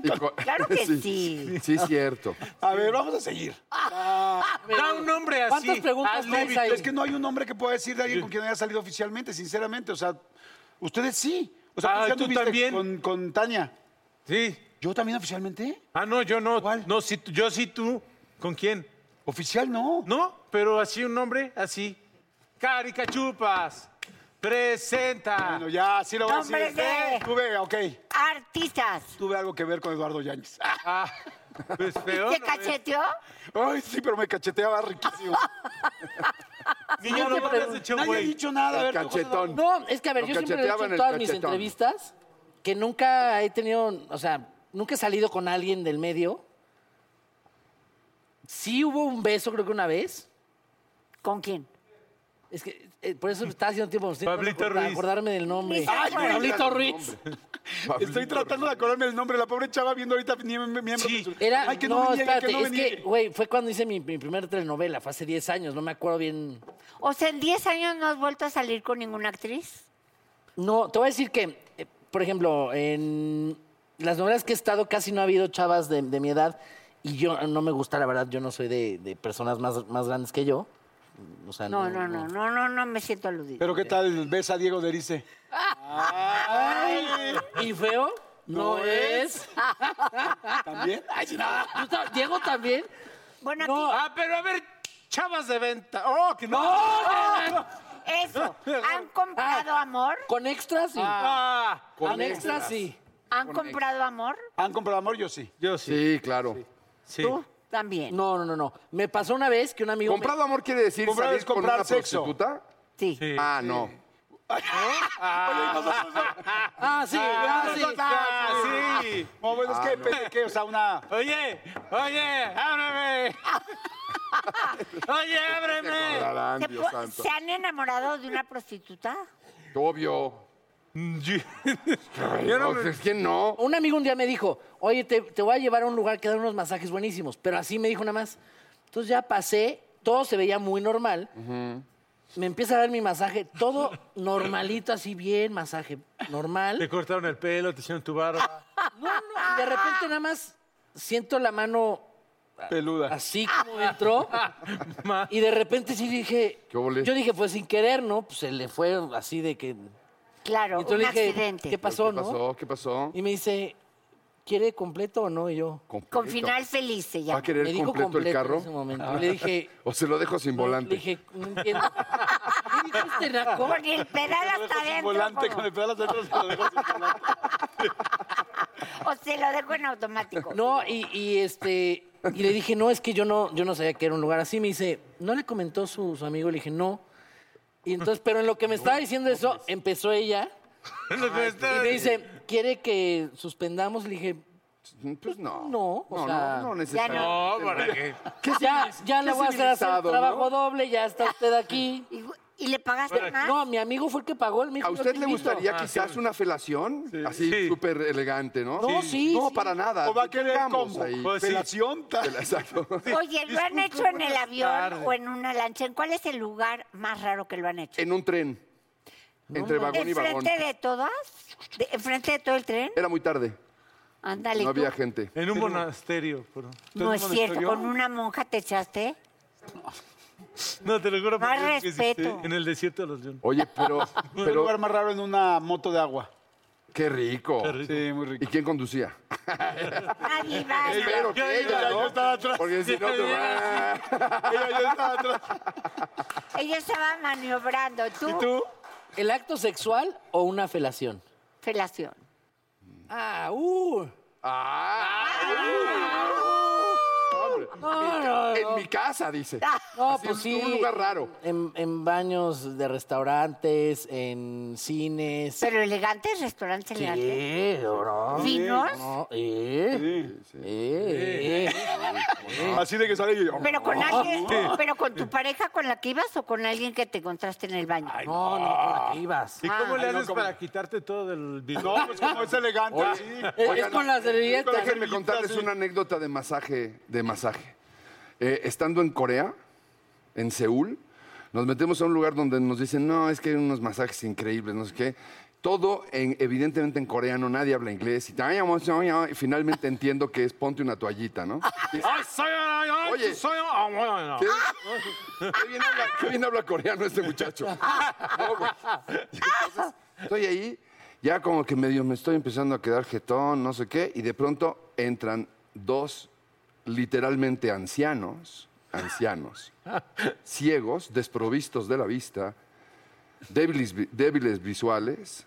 [SPEAKER 6] Y con-
[SPEAKER 7] Claro que sí.
[SPEAKER 6] Sí, cierto.
[SPEAKER 2] A ver, vamos a seguir.
[SPEAKER 5] Da un nombre así.
[SPEAKER 4] ¿Cuántas preguntas
[SPEAKER 5] al
[SPEAKER 4] traes
[SPEAKER 5] límite.
[SPEAKER 4] ahí?
[SPEAKER 2] Es que no hay un hombre que pueda decir de alguien con quien haya salido oficialmente, sinceramente. O sea, ustedes sí. O sea,
[SPEAKER 5] Ah,
[SPEAKER 2] ya
[SPEAKER 5] ¿tú
[SPEAKER 2] anduviste
[SPEAKER 5] también?
[SPEAKER 2] Con, con Tania.
[SPEAKER 5] Sí.
[SPEAKER 2] ¿Yo también oficialmente?
[SPEAKER 5] Ah, no, yo no.
[SPEAKER 2] ¿Cuál?
[SPEAKER 5] No, sí, yo sí, tú. ¿Con quién?
[SPEAKER 2] Oficial no.
[SPEAKER 5] No, pero así un nombre, así. Caricachupas. Presenta.
[SPEAKER 2] Bueno, ya, sí lo voy a decir. ¿eh?
[SPEAKER 7] Nombres de-
[SPEAKER 2] Tuve, ok,
[SPEAKER 7] Artistas.
[SPEAKER 2] tuve algo que ver con Eduardo Yáñez.
[SPEAKER 5] Ah, pues feo.
[SPEAKER 7] ¿Te
[SPEAKER 5] ¿no?
[SPEAKER 7] cacheteó?
[SPEAKER 2] Ay, sí, pero me cacheteaba riquísimo.
[SPEAKER 5] Ni yo no me habías hecho,
[SPEAKER 2] Nadie ha
[SPEAKER 5] güey.
[SPEAKER 2] dicho nada. A
[SPEAKER 6] El
[SPEAKER 2] ver,
[SPEAKER 6] cachetón.
[SPEAKER 4] No, es que a ver,
[SPEAKER 6] Lo
[SPEAKER 4] yo siempre le he dicho
[SPEAKER 6] cacheteaban
[SPEAKER 4] en
[SPEAKER 6] el
[SPEAKER 4] todas mis
[SPEAKER 6] cachetón.
[SPEAKER 4] entrevistas que nunca he tenido, o sea, nunca he salido con alguien del medio. Sí hubo un beso, creo que una vez.
[SPEAKER 7] ¿Con quién?
[SPEAKER 4] Es que eh, por eso estaba haciendo tiempo. estoy
[SPEAKER 5] Pablito
[SPEAKER 4] tratando de
[SPEAKER 5] Ruiz.
[SPEAKER 4] Acordarme del nombre.
[SPEAKER 7] Ay, no,
[SPEAKER 4] Pablito Ruiz.
[SPEAKER 6] Hombre.
[SPEAKER 2] Estoy tratando de acordarme el nombre. La pobre chava viendo ahorita mie- mie- miembros. de
[SPEAKER 5] Sí.
[SPEAKER 2] su-
[SPEAKER 4] Era,
[SPEAKER 2] Ay, que no,
[SPEAKER 4] no,
[SPEAKER 2] me niegue,
[SPEAKER 4] espérate,
[SPEAKER 2] que no me
[SPEAKER 4] es que,
[SPEAKER 2] niegue.
[SPEAKER 4] güey, fue cuando hice mi, mi primera telenovela, fue hace 10 años, no me acuerdo bien.
[SPEAKER 7] O sea, en 10 años no has vuelto a salir con ninguna actriz.
[SPEAKER 4] No, te voy a decir que, eh, por ejemplo, en las novelas que he estado casi no ha habido chavas de, de mi edad y yo no me gusta, la verdad, yo no soy de, de personas más, más grandes que yo. O sea,
[SPEAKER 7] No, no, no, no, no, no me siento aludido.
[SPEAKER 2] Pero ¿qué tal ves a Diego Derice?
[SPEAKER 4] ¿Y feo? No,
[SPEAKER 2] No
[SPEAKER 4] es.
[SPEAKER 2] ¿También? Ay, sí, no.
[SPEAKER 4] ¿Tú ta- ¿Diego también?
[SPEAKER 7] bueno,
[SPEAKER 4] No,
[SPEAKER 7] aquí-
[SPEAKER 5] Ah, pero a ver, chavas de venta. ¡Oh, que no!
[SPEAKER 7] eso. ¿Han comprado amor?
[SPEAKER 4] Con extras sí.
[SPEAKER 5] Ah,
[SPEAKER 4] con extras sí.
[SPEAKER 7] ¿Han comprado amor?
[SPEAKER 2] ¿Han comprado amor? Yo sí.
[SPEAKER 5] yo sí.
[SPEAKER 6] Sí, claro.
[SPEAKER 5] sí.
[SPEAKER 7] ¿Tú? También.
[SPEAKER 4] No, no, no, no. Me pasó una vez que un amigo. me-
[SPEAKER 6] ¿Comprado amor quiere decir
[SPEAKER 2] Comprar
[SPEAKER 6] salir
[SPEAKER 2] es
[SPEAKER 6] con
[SPEAKER 2] comprar
[SPEAKER 6] una
[SPEAKER 2] sexo.
[SPEAKER 6] prostituta?
[SPEAKER 7] Sí.
[SPEAKER 6] Ah, no.
[SPEAKER 4] Ah, sí, ah, sí.
[SPEAKER 5] Ah, sí.
[SPEAKER 2] No, bueno, es que depende que, o sea, una...
[SPEAKER 5] Oye, oye, ábreme. oye, ábreme.
[SPEAKER 6] Acordarán,
[SPEAKER 7] ¿Se,
[SPEAKER 6] Dios
[SPEAKER 7] po-
[SPEAKER 6] santo.
[SPEAKER 7] ¿se han enamorado de una prostituta?
[SPEAKER 6] Obvio.
[SPEAKER 5] Yo no
[SPEAKER 6] No,
[SPEAKER 5] me-
[SPEAKER 6] es que no.
[SPEAKER 4] Un amigo un día me dijo, oye, te, te voy a llevar a un lugar que da unos masajes buenísimos. Pero así me dijo nada más. Entonces ya pasé, todo se veía muy normal. Me empieza a dar mi masaje, todo normalito, así bien, masaje
[SPEAKER 5] Te
[SPEAKER 4] normal.
[SPEAKER 5] cortaron el pelo, te hicieron tu barba.
[SPEAKER 4] No, no, y de repente nada más siento la mano
[SPEAKER 2] Peluda.
[SPEAKER 4] Ah, así como entró. y de repente sí dije.
[SPEAKER 6] ¿Qué ole?
[SPEAKER 4] Yo dije, fue sin querer, ¿no? Pues se le fue así de que.
[SPEAKER 7] Claro,
[SPEAKER 4] Y
[SPEAKER 7] un
[SPEAKER 4] entonces le dije,
[SPEAKER 7] accidente.
[SPEAKER 4] ¿qué pasó,
[SPEAKER 6] ¿Qué
[SPEAKER 4] no?
[SPEAKER 6] pasó? ¿Qué pasó?
[SPEAKER 4] Y me dice, ¿quiere completo o no? Y yo.
[SPEAKER 7] Con final feliz se
[SPEAKER 6] ¿Va a
[SPEAKER 7] llama.
[SPEAKER 6] querer
[SPEAKER 4] me dijo
[SPEAKER 6] completo, el
[SPEAKER 4] en ese
[SPEAKER 6] carro?
[SPEAKER 4] momento. Y le dije.
[SPEAKER 6] ¿O se lo dejo sin
[SPEAKER 4] Le
[SPEAKER 6] volante?
[SPEAKER 4] dije, no entiendo. ¿Qué dijo este naco?
[SPEAKER 7] Con el pedal hasta
[SPEAKER 2] Sin
[SPEAKER 7] adentro.
[SPEAKER 2] volante,
[SPEAKER 7] como-
[SPEAKER 2] con el pedal hasta atrás, lo dejo sin volante.
[SPEAKER 7] O se lo dejo en automático.
[SPEAKER 4] No, y, y, este. Y le dije, no, es que yo no, yo no sabía que era un lugar así. Me dice, ¿no le comentó su, su amigo? Le dije, no. Y entonces, pero en lo que me estaba diciendo eso, empezó ella.
[SPEAKER 5] Lo que me
[SPEAKER 4] Y
[SPEAKER 5] está-
[SPEAKER 4] me dice, ¿quiere que suspendamos? Le dije,
[SPEAKER 6] Pues no.
[SPEAKER 4] No, o
[SPEAKER 6] no,
[SPEAKER 4] sea,
[SPEAKER 6] no, no
[SPEAKER 7] ya
[SPEAKER 6] necesariamente.
[SPEAKER 5] No, ¿para qué?
[SPEAKER 4] ya, ya le
[SPEAKER 6] qué
[SPEAKER 4] voy a hacer hacer
[SPEAKER 6] civilizado,
[SPEAKER 4] trabajo
[SPEAKER 6] ¿no?
[SPEAKER 4] doble, ya está usted aquí.
[SPEAKER 7] ¿Y, y le pagaste más?
[SPEAKER 4] No, mi amigo fue el que pagó el mismo.
[SPEAKER 6] ¿A usted le gustaría
[SPEAKER 4] Ah,
[SPEAKER 6] quizás una felación? Así
[SPEAKER 5] Sí.
[SPEAKER 6] súper elegante, ¿no?
[SPEAKER 4] No, sí,
[SPEAKER 6] No,
[SPEAKER 4] sí.
[SPEAKER 6] para nada.
[SPEAKER 2] ¿O va a querer
[SPEAKER 6] Digamos
[SPEAKER 2] como
[SPEAKER 6] ahí.
[SPEAKER 5] Pues sí.
[SPEAKER 2] Pelación, tal.
[SPEAKER 6] Exacto.
[SPEAKER 7] Oye, ¿lo han hecho en el avión o en una lancha? ¿En cuál es el lugar más raro que lo han hecho?
[SPEAKER 6] En un tren. Entre vagón y vagón.
[SPEAKER 7] ¿Enfrente de todas? ¿De- ¿Enfrente de todo el tren?
[SPEAKER 6] Era muy tarde.
[SPEAKER 7] Ándale.
[SPEAKER 6] No
[SPEAKER 7] tú.
[SPEAKER 6] había gente.
[SPEAKER 5] En un monasterio. pero-
[SPEAKER 7] No es cierto, con una monja te echaste.
[SPEAKER 5] No, te lo juro.
[SPEAKER 7] Más
[SPEAKER 5] por Dios que sí,
[SPEAKER 7] respeto.
[SPEAKER 5] sí, En el desierto de los leones.
[SPEAKER 6] Oye, pero,
[SPEAKER 2] Un lugar
[SPEAKER 6] pero
[SPEAKER 2] más raro en una moto de agua.
[SPEAKER 6] qué rico.
[SPEAKER 2] Sí, muy
[SPEAKER 6] ¿Y
[SPEAKER 2] rico.
[SPEAKER 6] quién conducía?
[SPEAKER 7] Nadie va.
[SPEAKER 6] Espero que ella, ¿no? Porque si no te va.
[SPEAKER 7] Ella estaba maniobrando. ¿Tú?
[SPEAKER 4] ¿El acto sexual o una felación?
[SPEAKER 7] Felación.
[SPEAKER 4] Ah, uh.
[SPEAKER 6] Ah,
[SPEAKER 4] No, no,
[SPEAKER 6] En mi casa, dice.
[SPEAKER 4] no,
[SPEAKER 6] Así,
[SPEAKER 4] pues sí.
[SPEAKER 6] Un lugar raro.
[SPEAKER 4] En, en baños de restaurantes, en cines.
[SPEAKER 7] Pero elegantes, restaurantes elegantes.
[SPEAKER 4] Sí, bro.
[SPEAKER 7] Finos,
[SPEAKER 4] No, eh, eh, eh.
[SPEAKER 2] Así de que sale y yo.
[SPEAKER 7] pero con alguien, pero con tu pareja con la que ibas o con alguien que te encontraste en el baño. Ah.
[SPEAKER 4] No, no, ¿para qué ibas?
[SPEAKER 5] ¿Y Ah. cómo le
[SPEAKER 2] Ay, no,
[SPEAKER 5] haces
[SPEAKER 2] ¿cómo?
[SPEAKER 5] para quitarte todo del
[SPEAKER 2] No,
[SPEAKER 5] video?
[SPEAKER 2] pues como es elegante.
[SPEAKER 6] Oye,
[SPEAKER 2] sí.
[SPEAKER 4] Es,
[SPEAKER 6] oigan,
[SPEAKER 4] es con las servilletas.
[SPEAKER 6] Déjenme contarles una anécdota de masaje. De masaje. Eh, estando en Corea, en Seúl, nos metemos a un lugar donde nos dicen, no, es que hay unos masajes increíbles, no sé qué. Todo, en- evidentemente, en coreano, nadie habla inglés. Y, "Ay, amor, soy yo", y finalmente entiendo que es ponte una toallita, ¿no?
[SPEAKER 5] ¡Ay, soy! ¡Ay, ay,
[SPEAKER 6] Oye.
[SPEAKER 5] soy! ah, bueno, no.
[SPEAKER 6] Qué bien habla, qué bien habla coreano este muchacho. No, güey. Y entonces, estoy ahí, ya como que medio me estoy empezando a quedar jetón, no sé qué, y de pronto entran dos literalmente ancianos, ancianos, ciegos, desprovistos de la vista, débiles, vi- débiles visuales.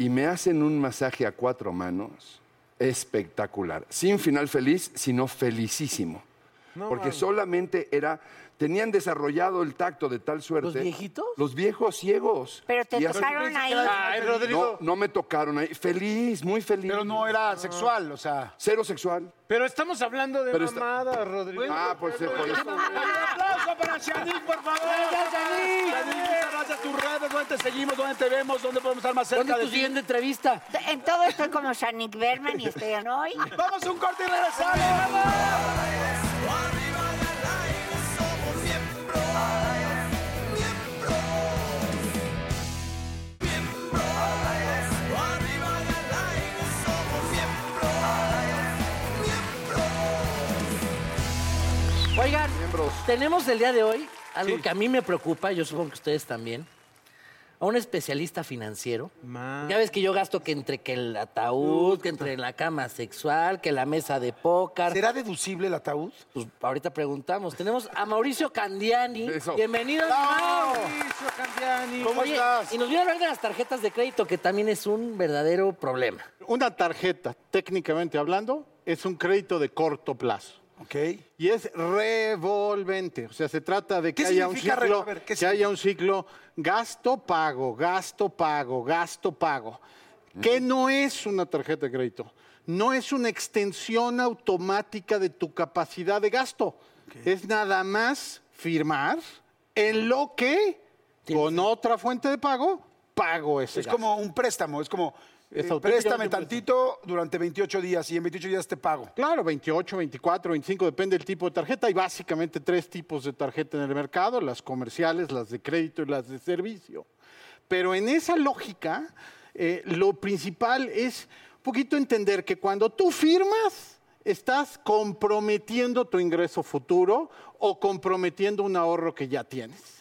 [SPEAKER 6] y me hacen un masaje a cuatro manos espectacular. Sin final feliz, sino felicísimo. Porque solamente era. Tenían desarrollado el tacto de tal suerte.
[SPEAKER 4] ¿Los viejitos?
[SPEAKER 6] Los viejos ciegos.
[SPEAKER 7] Pero te
[SPEAKER 6] Y así-
[SPEAKER 7] tocaron ahí.
[SPEAKER 5] Ay, Rodrigo.
[SPEAKER 6] No, no me tocaron ahí. Feliz, muy feliz.
[SPEAKER 2] Pero no era sexual, o sea.
[SPEAKER 6] Cero sexual.
[SPEAKER 5] Pero estamos hablando de
[SPEAKER 6] Pero está-
[SPEAKER 5] mamadas, Rodrigo.
[SPEAKER 4] Pues,
[SPEAKER 6] Ah, por ser- por eso.
[SPEAKER 2] aplauso para Shanik, por favor. Gracias, Shanik. muchas gracias. Tus redes, ¿dónde te seguimos? ¿Dónde te vemos? ¿Dónde podemos estar más
[SPEAKER 4] ¿Dónde
[SPEAKER 2] cerca
[SPEAKER 4] es
[SPEAKER 2] de
[SPEAKER 4] tu
[SPEAKER 2] ti?
[SPEAKER 4] siguiente entrevista?
[SPEAKER 7] En todo estoy como Shanik Berman y estoy en hoy.
[SPEAKER 2] Vamos a un corte y regresamos. ¡Vamos!
[SPEAKER 4] Oigan,
[SPEAKER 6] Miembros.
[SPEAKER 4] tenemos el día de hoy algo que a mí me preocupa, yo supongo que ustedes también, a un especialista financiero. Ya ves que yo gasto que entre que el ataúd, que entre la cama sexual, que la mesa de póker.
[SPEAKER 2] ¿Será deducible el ataúd?
[SPEAKER 4] Pues ahorita preguntamos. Tenemos a Mauricio Candiani.
[SPEAKER 6] Eso.
[SPEAKER 4] Bienvenido, Mau.
[SPEAKER 2] ¿Cómo
[SPEAKER 4] Oye,
[SPEAKER 2] estás?
[SPEAKER 4] Y nos viene a hablar de las tarjetas de crédito, que también es un verdadero problema.
[SPEAKER 8] Una tarjeta, técnicamente hablando, es un crédito de corto plazo.
[SPEAKER 2] Ok.
[SPEAKER 8] Y es revolvente, o sea, se trata de que
[SPEAKER 2] ¿Qué
[SPEAKER 8] haya un
[SPEAKER 2] significa re-
[SPEAKER 8] ciclo,
[SPEAKER 2] a ver, ¿qué
[SPEAKER 8] que
[SPEAKER 2] significa?
[SPEAKER 8] haya un ciclo gasto pago, gasto pago, gasto pago, que no es una tarjeta de crédito, no es una extensión automática de tu capacidad de gasto, es nada más firmar en lo que con otra fuente de pago pago ese.
[SPEAKER 2] Es
[SPEAKER 8] gasto.
[SPEAKER 2] como un préstamo, es como
[SPEAKER 8] Es
[SPEAKER 2] eh,
[SPEAKER 8] automáticamente
[SPEAKER 2] préstame
[SPEAKER 8] un préstamo.
[SPEAKER 2] tantito durante 28 días y en 28 días te pago.
[SPEAKER 8] Claro, 28, 24, 25, depende del tipo de tarjeta. Hay básicamente tres tipos de tarjeta en el mercado, las comerciales, las de crédito y las de servicio. Pero en esa lógica, eh, lo principal es un poquito entender que cuando tú firmas, estás comprometiendo tu ingreso futuro o comprometiendo un ahorro que ya tienes.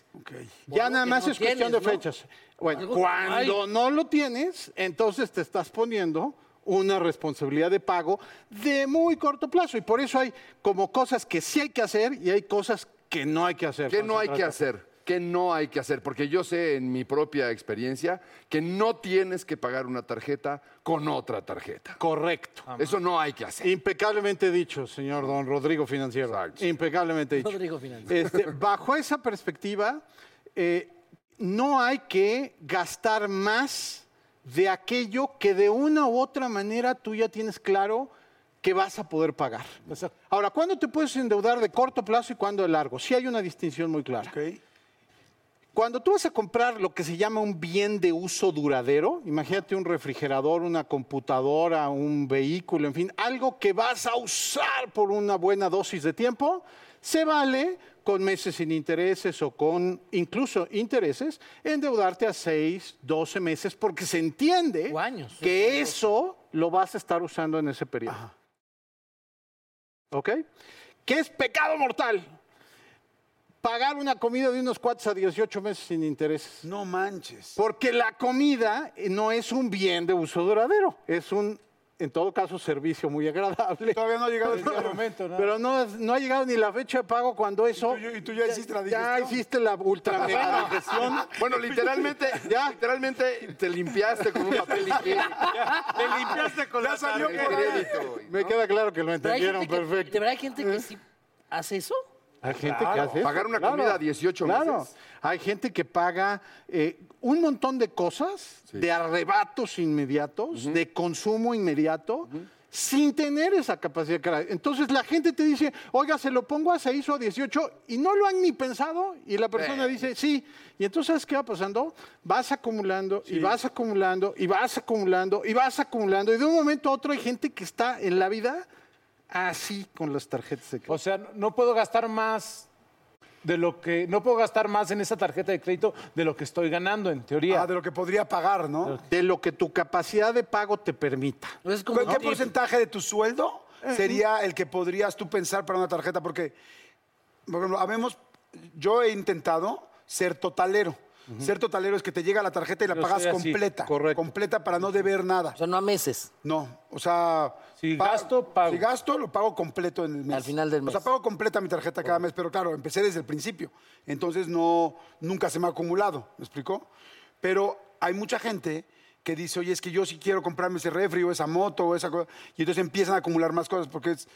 [SPEAKER 8] Ya
[SPEAKER 4] Algo
[SPEAKER 8] nada
[SPEAKER 4] que
[SPEAKER 8] más
[SPEAKER 4] no
[SPEAKER 8] es cuestión
[SPEAKER 4] tienes,
[SPEAKER 8] de
[SPEAKER 4] ¿no?
[SPEAKER 8] fechas. Bueno,
[SPEAKER 4] Algo-
[SPEAKER 8] cuando no lo tienes, entonces te estás poniendo una responsabilidad de pago de muy corto plazo. Y por eso hay como cosas que sí hay que hacer y hay cosas que no hay que hacer.
[SPEAKER 6] ¿Qué no hay que
[SPEAKER 8] Concentrate.
[SPEAKER 6] hacer? ¿Qué no hay que hacer? Porque yo sé en mi propia experiencia que no tienes que pagar una tarjeta con otra tarjeta.
[SPEAKER 8] Correcto.
[SPEAKER 6] Eso no hay que hacer.
[SPEAKER 8] Impecablemente dicho, señor don Rodrigo Financiero.
[SPEAKER 6] Exacto.
[SPEAKER 8] Impecablemente dicho.
[SPEAKER 4] Rodrigo Financiero.
[SPEAKER 8] Este, bajo esa perspectiva, eh, no hay que gastar más de aquello que de una u otra manera tú ya tienes claro que vas a poder pagar. Ahora, ¿cuándo te puedes endeudar de corto plazo y cuándo de largo? Sí hay una distinción muy clara.
[SPEAKER 2] Ok.
[SPEAKER 8] Cuando tú vas a comprar lo que se llama un bien de uso duradero, imagínate un refrigerador, una computadora, un vehículo, en fin, algo que vas a usar por una buena dosis de tiempo, se vale con meses sin intereses o con incluso intereses, endeudarte a 6, 12 meses, porque se entiende
[SPEAKER 4] O años.
[SPEAKER 8] que eso lo vas a estar usando en ese periodo. ¿Ok? ¿Qué es pecado mortal? Pagar una comida de unos 4 a 18 meses sin intereses.
[SPEAKER 2] No manches.
[SPEAKER 8] Porque la comida eh, no es un bien de uso duradero, es un, en todo caso, servicio muy agradable.
[SPEAKER 2] Todavía no ha llegado el día.
[SPEAKER 8] Pero no, es- no ha llegado ni la fecha de pago cuando eso.
[SPEAKER 2] tú- y tú ya hiciste la
[SPEAKER 8] Ya
[SPEAKER 2] digestión.
[SPEAKER 8] hiciste la ultra mega digestión.
[SPEAKER 6] Bueno, literalmente,
[SPEAKER 8] Ya.
[SPEAKER 6] literalmente te limpiaste con un papel higiénico.
[SPEAKER 5] Te limpiaste con la
[SPEAKER 6] de
[SPEAKER 5] tarjeta.
[SPEAKER 6] crédito.
[SPEAKER 8] Me queda claro que lo
[SPEAKER 4] Pero hay
[SPEAKER 8] entendieron
[SPEAKER 4] gente que-
[SPEAKER 8] perfecto.
[SPEAKER 4] ¿De verdad hay gente que sí hace eso?
[SPEAKER 8] Hay gente que hace eso,
[SPEAKER 6] Pagar una comida a 18
[SPEAKER 8] claro.
[SPEAKER 6] meses.
[SPEAKER 8] Hay gente que paga eh, un montón de cosas, de arrebatos inmediatos, de consumo inmediato, sin tener esa capacidad. de cara- Entonces la gente te dice, oiga, se lo pongo a 6 o a 18 y no lo han ni pensado y la persona dice, sí. Y entonces, ¿sabes ¿qué va pasando? Vas acumulando y vas acumulando y vas acumulando y vas acumulando y de un momento a otro hay gente que está en la vida así con las tarjetas de crédito.
[SPEAKER 5] O sea, no puedo gastar más de lo que no puedo gastar más en esa tarjeta de crédito de lo que estoy ganando en teoría.
[SPEAKER 2] Ah, de lo que podría pagar, ¿no?
[SPEAKER 8] De lo que tu capacidad de pago te permita.
[SPEAKER 2] ¿Cuál- ¿Qué porcentaje de tu sueldo
[SPEAKER 8] Eh,
[SPEAKER 2] sería el que podrías tú pensar para una tarjeta? Porque, por ejemplo, habemos, yo he intentado ser totalero. Ser totalero es que te llega la tarjeta y la
[SPEAKER 5] Yo
[SPEAKER 2] pagas
[SPEAKER 5] soy así,
[SPEAKER 2] completa. Completa para no deber nada. O sea,
[SPEAKER 4] no a meses.
[SPEAKER 2] No, o sea...
[SPEAKER 5] Si
[SPEAKER 2] pa-
[SPEAKER 5] gasto, pago.
[SPEAKER 2] Si gasto, lo pago completo en el mes.
[SPEAKER 4] Al final del
[SPEAKER 2] O sea,
[SPEAKER 4] mes.
[SPEAKER 2] pago completa mi tarjeta cada mes, pero claro, empecé desde el principio. Entonces no, nunca se me ha acumulado, ¿me explicó? Pero hay mucha gente que dice, oye, es que yo sí quiero comprarme ese refri o esa moto o esa cosa. Y entonces empiezan a acumular más cosas porque es,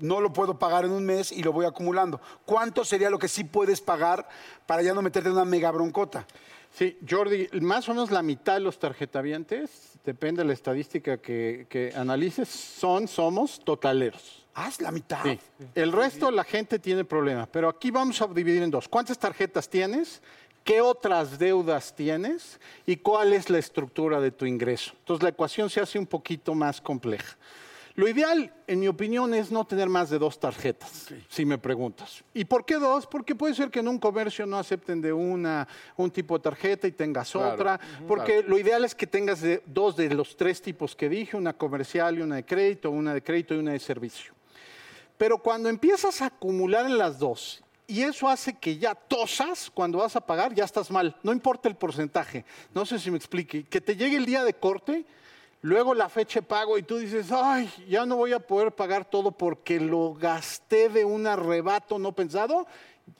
[SPEAKER 2] no lo puedo pagar en un mes y lo voy acumulando. ¿Cuánto sería lo que sí puedes pagar para ya no meterte en una mega broncota?
[SPEAKER 8] Sí, Jordi, más o menos la mitad de los tarjetavientes, depende de la estadística que, que analices, son, somos totaleros.
[SPEAKER 2] Ah, es la mitad.
[SPEAKER 8] Sí. El resto la gente tiene problemas, pero aquí vamos a dividir en dos. ¿Cuántas tarjetas tienes? ¿Qué otras deudas tienes? ¿Y cuál es la estructura de tu ingreso? Entonces la ecuación se hace un poquito más compleja. Lo ideal, en mi opinión, es no tener más de dos tarjetas, si me preguntas. ¿Y por qué dos? Porque puede ser que en un comercio no acepten de una un tipo de tarjeta y tengas
[SPEAKER 6] Claro.
[SPEAKER 8] otra.
[SPEAKER 6] Ujú.
[SPEAKER 8] Porque
[SPEAKER 6] Claro.
[SPEAKER 8] lo ideal es que tengas de- dos de los tres tipos que dije, una comercial y una de crédito, una de crédito y una de servicio. Pero cuando empiezas a acumular en las dos, y eso hace que ya tosas cuando vas a pagar, ya estás mal. No importa el porcentaje. No sé si me explique. Que te llegue el día de corte, luego la fecha de pago y tú dices, ay, ya no voy a poder pagar todo porque lo gasté de un arrebato no pensado.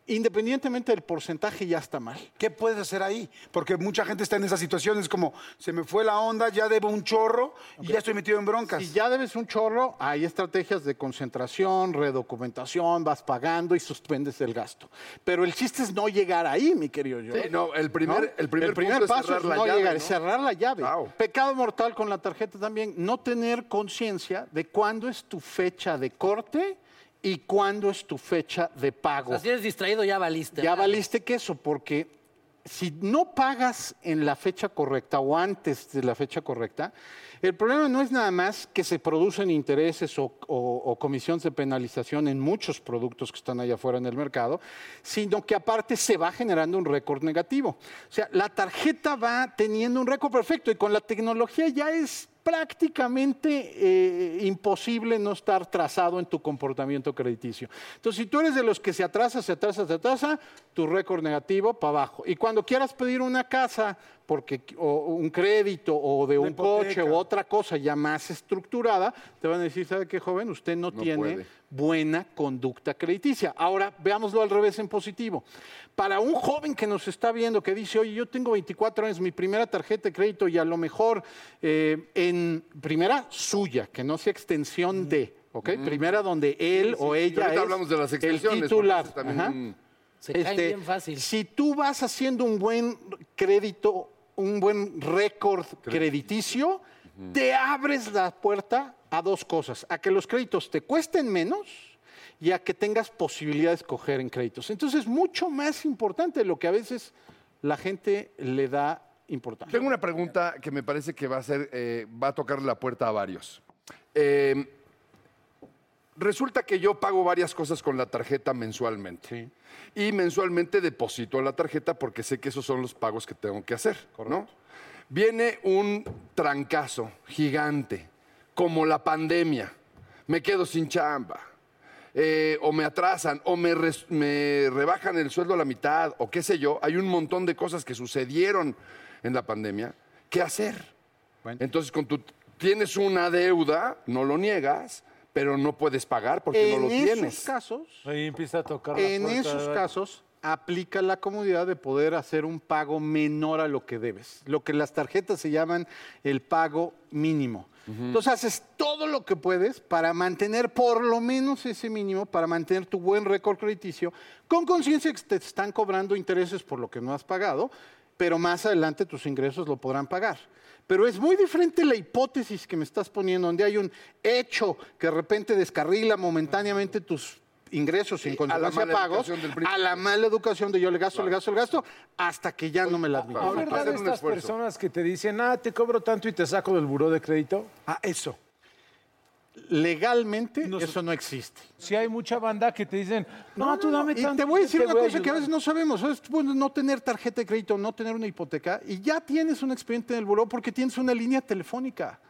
[SPEAKER 8] Independientemente del porcentaje, ya está mal.
[SPEAKER 2] ¿Qué puedes hacer ahí? Porque mucha gente está en esas situaciones como, se me fue la onda, ya debo un chorro y ya estoy metido en broncas.
[SPEAKER 8] Si ya debes un chorro, hay estrategias de concentración, redocumentación, vas pagando y suspendes el gasto. Pero el chiste es no llegar ahí, mi querido yo.
[SPEAKER 6] Sí, no, el primer- el primer punto es
[SPEAKER 8] paso
[SPEAKER 6] cerrar la
[SPEAKER 8] no
[SPEAKER 6] llave,
[SPEAKER 8] llegar,
[SPEAKER 6] ¿no?
[SPEAKER 8] es cerrar la llave.
[SPEAKER 6] Wow.
[SPEAKER 8] Pecado mortal con la tarjeta también, no tener conciencia de cuándo es tu fecha de corte y cuándo es tu fecha de pago.
[SPEAKER 4] Así eres distraído, ya valiste.
[SPEAKER 8] Ya
[SPEAKER 4] ¿verdad?
[SPEAKER 8] valiste queso, porque si no pagas en la fecha correcta o antes de la fecha correcta, el problema no es nada más que se producen intereses o, o- o comisiones de penalización en muchos productos que están allá afuera en el mercado, sino que aparte se va generando un récord negativo. O sea, la tarjeta va teniendo un récord perfecto y con la tecnología ya es prácticamente eh, imposible no estar trazado en tu comportamiento crediticio. Entonces, si tú eres de los que se atrasa, se atrasa, se atrasa, tu récord negativo para abajo. Y cuando quieras pedir una casa, porque o un crédito o de un coche o otra cosa ya más estructurada, te van a decir, ¿sabe qué, joven? Usted no,
[SPEAKER 6] No
[SPEAKER 8] tiene
[SPEAKER 6] puede.
[SPEAKER 8] buena conducta crediticia. Ahora, veámoslo al revés en positivo. Para un joven que nos está viendo, que dice, oye, yo tengo 24 años, mi primera tarjeta de crédito y a lo mejor eh, en primera suya, que no sea extensión de, ¿ok? Primera donde él o
[SPEAKER 6] Mm. sí.
[SPEAKER 8] ella
[SPEAKER 6] Ahorita
[SPEAKER 8] es
[SPEAKER 6] hablamos de las
[SPEAKER 8] el
[SPEAKER 6] extensiones,
[SPEAKER 8] titular.
[SPEAKER 6] porque ese es también
[SPEAKER 8] Ajá.
[SPEAKER 6] un-
[SPEAKER 4] Se caen bien fácil.
[SPEAKER 8] Este, Si tú vas haciendo un buen crédito, un buen récord crediticio, te abres la puerta a dos cosas, a que los créditos te cuesten menos y a que tengas posibilidad de escoger en créditos. Entonces, mucho más importante de lo que a veces la gente le da importancia.
[SPEAKER 6] Tengo una pregunta que me parece que va a ser, eh, va a tocar la puerta a varios. Eh, resulta que yo pago varias cosas con la tarjeta mensualmente. Y mensualmente deposito a la tarjeta porque sé que esos son los pagos que tengo que hacer. ¿no? Viene un trancazo gigante, como la pandemia. Me quedo sin chamba. eh, o me atrasan, o me, res- me rebajan el sueldo a la mitad, o qué sé yo. Hay un montón de cosas que sucedieron en la pandemia. ¿Qué hacer? Entonces, con tu, tienes una deuda, no lo niegas, pero no puedes pagar porque
[SPEAKER 8] en
[SPEAKER 6] no lo
[SPEAKER 8] esos
[SPEAKER 6] tienes.
[SPEAKER 8] casos,
[SPEAKER 5] Ahí empieza a tocar la
[SPEAKER 8] En
[SPEAKER 5] puerta,
[SPEAKER 8] esos
[SPEAKER 5] ¿verdad?
[SPEAKER 8] casos aplica la comodidad de poder hacer un pago menor a lo que debes, lo que las tarjetas se llaman el pago mínimo. Entonces haces todo lo que puedes para mantener por lo menos ese mínimo, para mantener tu buen récord crediticio, con conciencia que te están cobrando intereses por lo que no has pagado, pero más adelante tus ingresos lo podrán pagar. Pero es muy diferente la hipótesis que me estás poniendo, donde hay un hecho que de repente descarrila momentáneamente tus ingresos sin
[SPEAKER 6] a la
[SPEAKER 8] consecuencia
[SPEAKER 6] mala
[SPEAKER 8] pagos,
[SPEAKER 6] educación del
[SPEAKER 8] a la mala educación de yo le gasto, le gasto, le gasto, hasta que ya no me la admito.
[SPEAKER 5] ¿No es verdad
[SPEAKER 6] hacer un
[SPEAKER 5] estas
[SPEAKER 6] esfuerzo.
[SPEAKER 5] Ah, personas que te dicen, ah, te cobro tanto y te saco del buró de crédito?
[SPEAKER 2] Ah, eso.
[SPEAKER 8] legalmente eso no existe.
[SPEAKER 5] Si hay mucha banda que te dicen, no, tú dame
[SPEAKER 8] Y
[SPEAKER 5] tanto.
[SPEAKER 8] te voy a
[SPEAKER 5] yo
[SPEAKER 8] decir una cosa que a
[SPEAKER 5] ayudar".
[SPEAKER 8] veces no sabemos. Es bueno no tener tarjeta de crédito, no tener una hipoteca y ya tienes un expediente en el buró porque tienes una línea telefónica,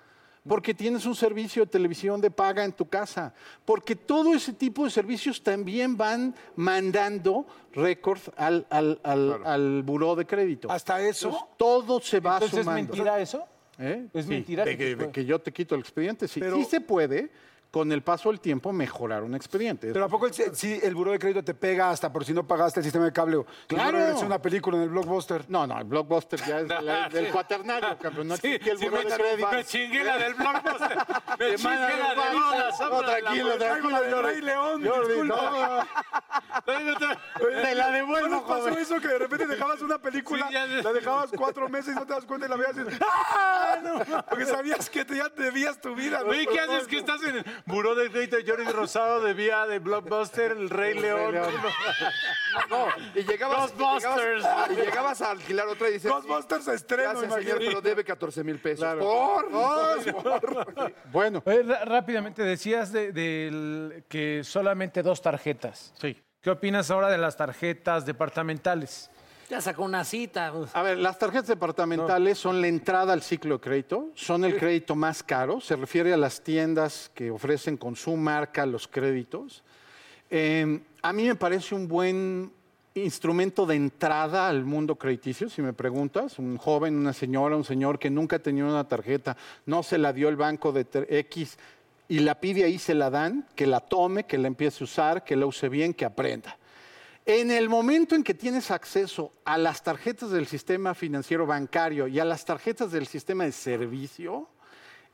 [SPEAKER 8] porque tienes un servicio de televisión de paga en tu casa, porque todo ese tipo de servicios también van mandando récords al, al, al, al buró de crédito. Hasta eso. Todo se va
[SPEAKER 5] Entonces, ¿es
[SPEAKER 8] sumando.
[SPEAKER 5] mentira eso?
[SPEAKER 8] ¿Eh?
[SPEAKER 5] ¿Es
[SPEAKER 8] Sí,
[SPEAKER 5] mentira
[SPEAKER 8] de
[SPEAKER 5] que
[SPEAKER 8] que,
[SPEAKER 5] se puede?
[SPEAKER 8] de que yo te quito el expediente. Sí,
[SPEAKER 2] Pero-
[SPEAKER 8] sí se puede, con el paso del tiempo, mejorar un expediente.
[SPEAKER 2] Pero ¿a poco el, si el buró de crédito te pega hasta por si no pagaste el sistema de cable?
[SPEAKER 8] Claro.
[SPEAKER 2] Es una película en el blockbuster.
[SPEAKER 8] No, no, el blockbuster ya es de la- del
[SPEAKER 2] Sí.
[SPEAKER 8] cuaternario, campeón. No
[SPEAKER 2] Sí,
[SPEAKER 8] existía el
[SPEAKER 2] sí,
[SPEAKER 8] buró
[SPEAKER 2] me
[SPEAKER 8] de
[SPEAKER 2] chingué,
[SPEAKER 8] crédito.
[SPEAKER 2] me
[SPEAKER 5] chingué la del
[SPEAKER 8] blockbuster.
[SPEAKER 5] Me chingué la de Lola,
[SPEAKER 8] No,
[SPEAKER 5] sábala, la
[SPEAKER 8] tranquilo,
[SPEAKER 5] mujer.
[SPEAKER 8] tranquilo.
[SPEAKER 5] Sábala,
[SPEAKER 8] Jordi.
[SPEAKER 5] Rey León,
[SPEAKER 8] Jordi,
[SPEAKER 5] disculpa.
[SPEAKER 8] no, no.
[SPEAKER 2] Te
[SPEAKER 8] la devuelvo,
[SPEAKER 2] ¿No les pasó
[SPEAKER 8] joven.
[SPEAKER 2] eso que de repente dejabas una película,
[SPEAKER 5] Sí, ya sé.
[SPEAKER 2] la dejabas cuatro meses y no te das cuenta y la veías y dices, ¡Ah! No, porque sabías que te, ya te debías tu vida.
[SPEAKER 5] Oye, ¿qué haces que estás en el buró de crédito de Jordi Rosado de vía de Blockbuster, el Rey León?
[SPEAKER 6] León. No, y llegabas, y
[SPEAKER 5] Ghostbusters.
[SPEAKER 6] llegabas- y llegabas a alquilar otra y dices...
[SPEAKER 2] Ghostbusters estreno,
[SPEAKER 6] Gracias, señor,
[SPEAKER 2] imagínate.
[SPEAKER 6] pero debe 14 mil pesos.
[SPEAKER 5] Por,
[SPEAKER 6] Por,
[SPEAKER 8] Bueno.
[SPEAKER 5] rápidamente, decías de, del- que solamente dos tarjetas. Sí. ¿Qué opinas ahora de las tarjetas departamentales?
[SPEAKER 4] Ya sacó una cita.
[SPEAKER 8] A ver, las tarjetas departamentales son la entrada al ciclo de crédito, son el crédito más caro, se refiere a las tiendas que ofrecen con su marca los créditos. Eh, a mí me parece un buen instrumento de entrada al mundo crediticio, si me preguntas, un joven, una señora, un señor que nunca ha tenido una tarjeta, no se la dio el banco de ter- X y la pide ahí, se la dan, que la tome, que la empiece a usar, que la use bien, que aprenda. En el momento en que tienes acceso a las tarjetas del sistema financiero bancario y a las tarjetas del sistema de servicio,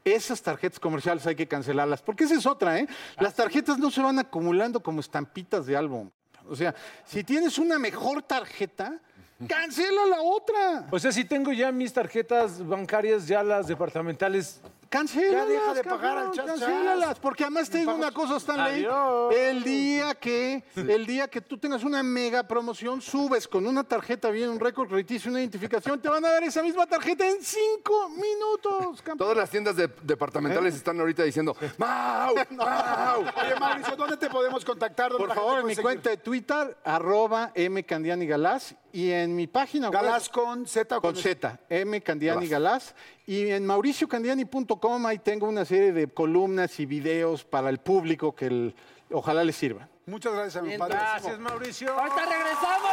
[SPEAKER 8] esas tarjetas comerciales hay que cancelarlas, porque esa es otra, ¿eh? Las tarjetas no se van acumulando como estampitas de álbum. O sea, si tienes una mejor tarjeta, cancela la otra.
[SPEAKER 5] O sea, si tengo ya mis tarjetas bancarias, ya las departamentales.
[SPEAKER 8] Cancélalas,
[SPEAKER 2] Ya deja de
[SPEAKER 8] cabrón,
[SPEAKER 2] pagar al chas, chas.
[SPEAKER 8] Cancélalas, porque además te digo una cosa, Stanley.
[SPEAKER 5] Adiós.
[SPEAKER 8] El día que el día que tú tengas una mega promoción, subes con una tarjeta bien, un récord crediticio, una identificación, te van a dar esa misma tarjeta en cinco minutos, campeón.
[SPEAKER 6] Todas las tiendas de- departamentales están ahorita diciendo, ¡Mau! ¡Mau!
[SPEAKER 2] Oye, Mauricio, ¿dónde te podemos contactar? ¿Dónde
[SPEAKER 8] Por
[SPEAKER 2] la gente
[SPEAKER 8] favor, en
[SPEAKER 2] puede
[SPEAKER 8] mi
[SPEAKER 2] seguir?
[SPEAKER 8] cuenta de Twitter, arroba mcandiani galás, y en mi página web,
[SPEAKER 2] ¿Galás con Z o
[SPEAKER 8] con Z, mcandiani galás, y en mauriciocandiani.com ahí tengo una serie de columnas y videos para el público que el- ojalá les sirva.
[SPEAKER 2] Muchas gracias a mi padre.
[SPEAKER 5] Gracias, Mauricio.
[SPEAKER 4] ¡Ahorita regresamos!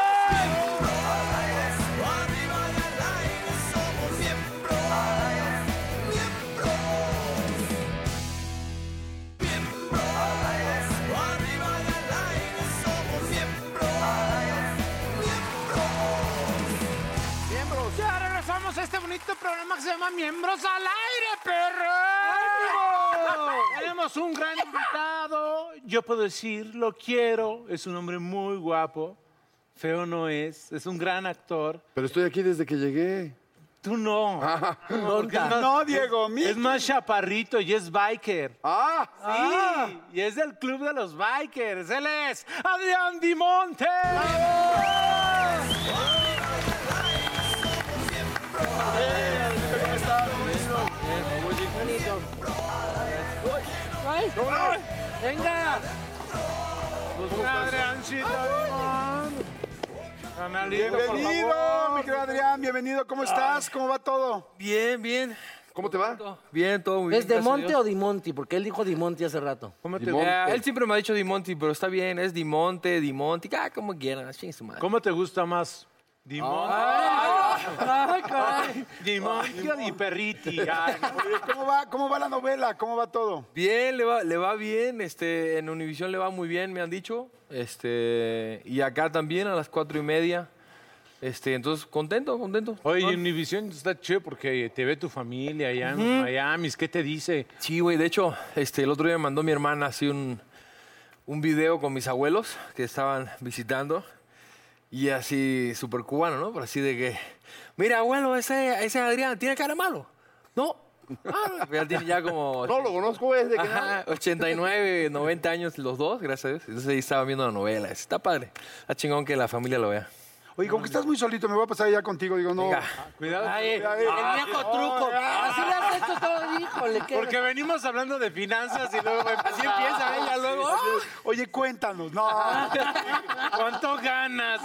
[SPEAKER 9] Miembros. Ya regresamos a este bonito programa que se llama Miembros al Aire, perro.
[SPEAKER 5] Tenemos un gran invitado. Yo puedo decir, lo quiero. Es un hombre muy guapo. Feo no es. Es un gran actor.
[SPEAKER 6] Pero estoy aquí desde que llegué.
[SPEAKER 5] Tú no. No, porque es más-
[SPEAKER 2] No, Diego,
[SPEAKER 5] Es,
[SPEAKER 2] mi.
[SPEAKER 5] más chaparrito y es biker.
[SPEAKER 6] ¡Ah!
[SPEAKER 5] Sí, y es del club de los bikers. Él es Adrián Dimonte.
[SPEAKER 4] ¡Ay! ¡Venga!
[SPEAKER 5] Pues, Adriancito Dimonte. Analito, por
[SPEAKER 2] Bienvenido,
[SPEAKER 5] favor.
[SPEAKER 2] mi querido Adrián, bienvenido. ¿Cómo estás? ¿Cómo va todo?
[SPEAKER 10] Bien, bien.
[SPEAKER 6] ¿Cómo te va?
[SPEAKER 10] Bien, todo muy bien.
[SPEAKER 4] ¿Es de
[SPEAKER 10] gracias a
[SPEAKER 4] Monte
[SPEAKER 10] Dios.
[SPEAKER 4] o Dimonti? Porque él dijo Dimonti hace rato.
[SPEAKER 5] ¿Cómo te,
[SPEAKER 6] Dimonte.
[SPEAKER 10] Eh, él siempre me ha dicho Dimonti, pero está bien, es Dimonte, Dimonti, ah, como quieran, chingue su madre. Ah.
[SPEAKER 5] cómo te gusta más? Dimonte.
[SPEAKER 4] ¡Ay, caray!
[SPEAKER 5] Dimonte y Perriti. Ay, no.
[SPEAKER 2] Oye, ¿Cómo va, ¿Cómo va la novela? ¿Cómo va todo?
[SPEAKER 10] Bien, le va, le va bien, este, en Univisión le va muy bien, me han dicho, este, y acá también a las cuatro y media, este, entonces, contento, contento.
[SPEAKER 5] Oye, y Univision está chido porque te ve tu familia allá en los Miamis. ¿Qué te dice?
[SPEAKER 10] Sí, güey, de hecho, este, el otro día me mandó mi hermana así un, un video con mis abuelos que estaban visitando. Y así, súper cubano, ¿no? Pero así de que, mira, abuelo, ese, ese Adrián tiene cara de malo. No. Ah, ya tiene ya como...
[SPEAKER 6] No lo conozco, es de que...
[SPEAKER 10] Ajá, 89, 90 años los dos, gracias a Dios. Entonces ahí estaba viendo la novela. Está padre. Está chingón que la familia lo vea.
[SPEAKER 2] Oye, como que estás muy solito, me voy a pasar ya contigo. Digo, no. Ah,
[SPEAKER 5] Cuidado.
[SPEAKER 2] Ay, el viejo truco.
[SPEAKER 4] Así le has hecho todo, híjole. qué-
[SPEAKER 5] Porque venimos hablando de finanzas y luego así empieza ella luego.
[SPEAKER 2] Oye, cuéntanos. No.
[SPEAKER 5] ¿Cuánto ganas?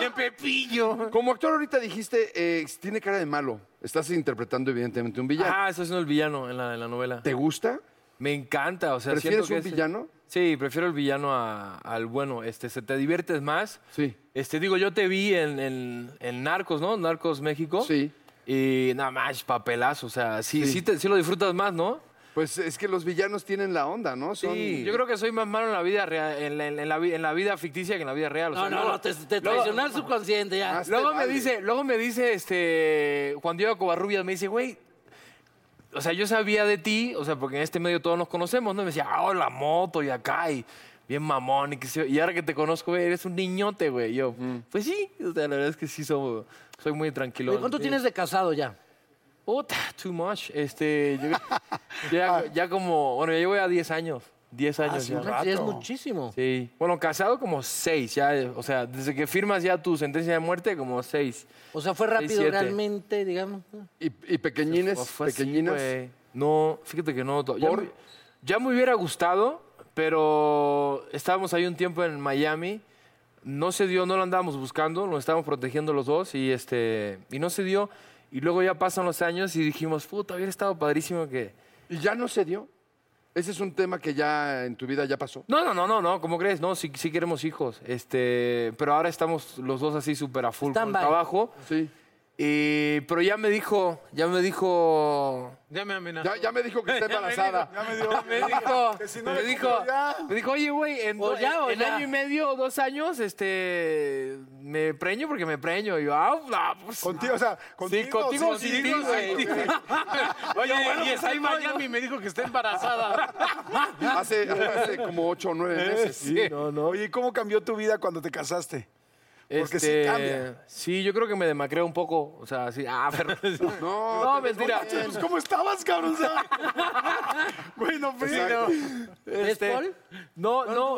[SPEAKER 5] En Pepillo.
[SPEAKER 6] Como actor ahorita dijiste, eh, tiene cara de malo. Estás interpretando evidentemente un villano.
[SPEAKER 10] Ah, eso es el villano en la, en la novela.
[SPEAKER 6] ¿Te gusta?
[SPEAKER 10] Me encanta, o sea,
[SPEAKER 6] ¿Prefieres
[SPEAKER 10] siento que
[SPEAKER 6] un
[SPEAKER 10] es-
[SPEAKER 6] villano?
[SPEAKER 10] Sí, prefiero el villano a- al bueno. Este, se te diviertes más. Sí. Este, digo, yo te vi en, en- en Narcos, ¿no? Narcos México. Sí. Y nada más, papelazo. O sea, sí, sí. te- sí lo disfrutas más, ¿no?
[SPEAKER 6] Pues es que los villanos tienen la onda, ¿no? Son-
[SPEAKER 10] Sí, yo creo que soy más malo en la vida real- en la, en la- en la vi- en la vida ficticia que en la vida real. o
[SPEAKER 4] No,
[SPEAKER 10] sea,
[SPEAKER 4] no,
[SPEAKER 10] luego-
[SPEAKER 4] no, te, te
[SPEAKER 10] luego-
[SPEAKER 4] traicionó el subconsciente ya.
[SPEAKER 10] Luego me dice, luego me dice este Juan Diego Covarrubias, me dice, güey, o sea, yo sabía de ti, o sea, porque en este medio todos nos conocemos, ¿no? Y me decía, ah, oh, la moto y acá, y bien mamón, y, que se, y ahora que te conozco, güey, eres un niñote, güey. Yo, pues sí, o sea, la verdad es que sí, soy, soy muy tranquilo.
[SPEAKER 4] Oye, ¿Cuánto tienes de casado ya?
[SPEAKER 10] Puta, too much. Este, yo- ya, ya como, bueno, ya llevo ya 10 años. 10 años
[SPEAKER 4] Ah. sí,
[SPEAKER 10] ya.
[SPEAKER 4] un rato. Sí, es muchísimo.
[SPEAKER 10] Sí. Bueno, casado como 6, ya, eh, o sea, desde que firmas ya tu sentencia de muerte, como 6.
[SPEAKER 4] O sea, fue rápido realmente, digamos.
[SPEAKER 6] ¿Y, pequeñines? pequeñinas?
[SPEAKER 10] no, fíjate que no. to- Ya,
[SPEAKER 4] ¿Por?
[SPEAKER 10] me, ya me hubiera gustado, pero estábamos ahí un tiempo en Miami. No se dio, no lo andábamos buscando, lo estábamos protegiendo los dos y este y no se dio. Y luego ya pasan los años y dijimos, puta, hubiera estado padrísimo que...
[SPEAKER 6] ¿Y ya no se dio? Ese es un tema que ya en tu vida ya pasó.
[SPEAKER 10] No, no, no, no, no, ¿cómo crees? No, sí, sí queremos hijos. Este, pero ahora estamos los dos así súper a full con el
[SPEAKER 5] Stand-by.
[SPEAKER 10] trabajo.
[SPEAKER 6] Sí.
[SPEAKER 10] pero ya me dijo, ya me dijo.
[SPEAKER 5] Ya me amenazó.
[SPEAKER 6] Ya, ya me dijo que está
[SPEAKER 10] Ya me
[SPEAKER 6] embarazada.
[SPEAKER 10] dijo, Me dijo, me dijo, me dijo, oye, güey, en,
[SPEAKER 4] O
[SPEAKER 10] do-
[SPEAKER 4] ya, o
[SPEAKER 10] en
[SPEAKER 4] ya".
[SPEAKER 10] año y medio o dos años, este, me preño porque me preño. Y yo, ah, ah, pues,
[SPEAKER 2] Contigo, o sea,
[SPEAKER 10] contigo. Sí, contigo, o sin ti,
[SPEAKER 5] Contigo,
[SPEAKER 10] güey.
[SPEAKER 5] sin ti. Oye,
[SPEAKER 10] Yo, bueno,
[SPEAKER 5] y
[SPEAKER 10] pues,
[SPEAKER 5] está
[SPEAKER 10] ahí
[SPEAKER 5] en
[SPEAKER 10] voy,
[SPEAKER 5] Miami y me dijo que está embarazada.
[SPEAKER 6] Hace, hace como ocho o nueve meses.
[SPEAKER 2] No, no. Oye, ¿y ¿cómo cambió tu vida cuando te casaste? Porque sí
[SPEAKER 10] Este,
[SPEAKER 2] cambia.
[SPEAKER 10] Sí, yo creo que me demacré un poco. O sea, sí, ah, pero.
[SPEAKER 6] No,
[SPEAKER 10] no mentira.
[SPEAKER 2] Pues, ¿Cómo estabas, cabrón? O sea, Güey, no
[SPEAKER 10] Sí,
[SPEAKER 2] friegues.
[SPEAKER 10] no. pues, Este, No, no.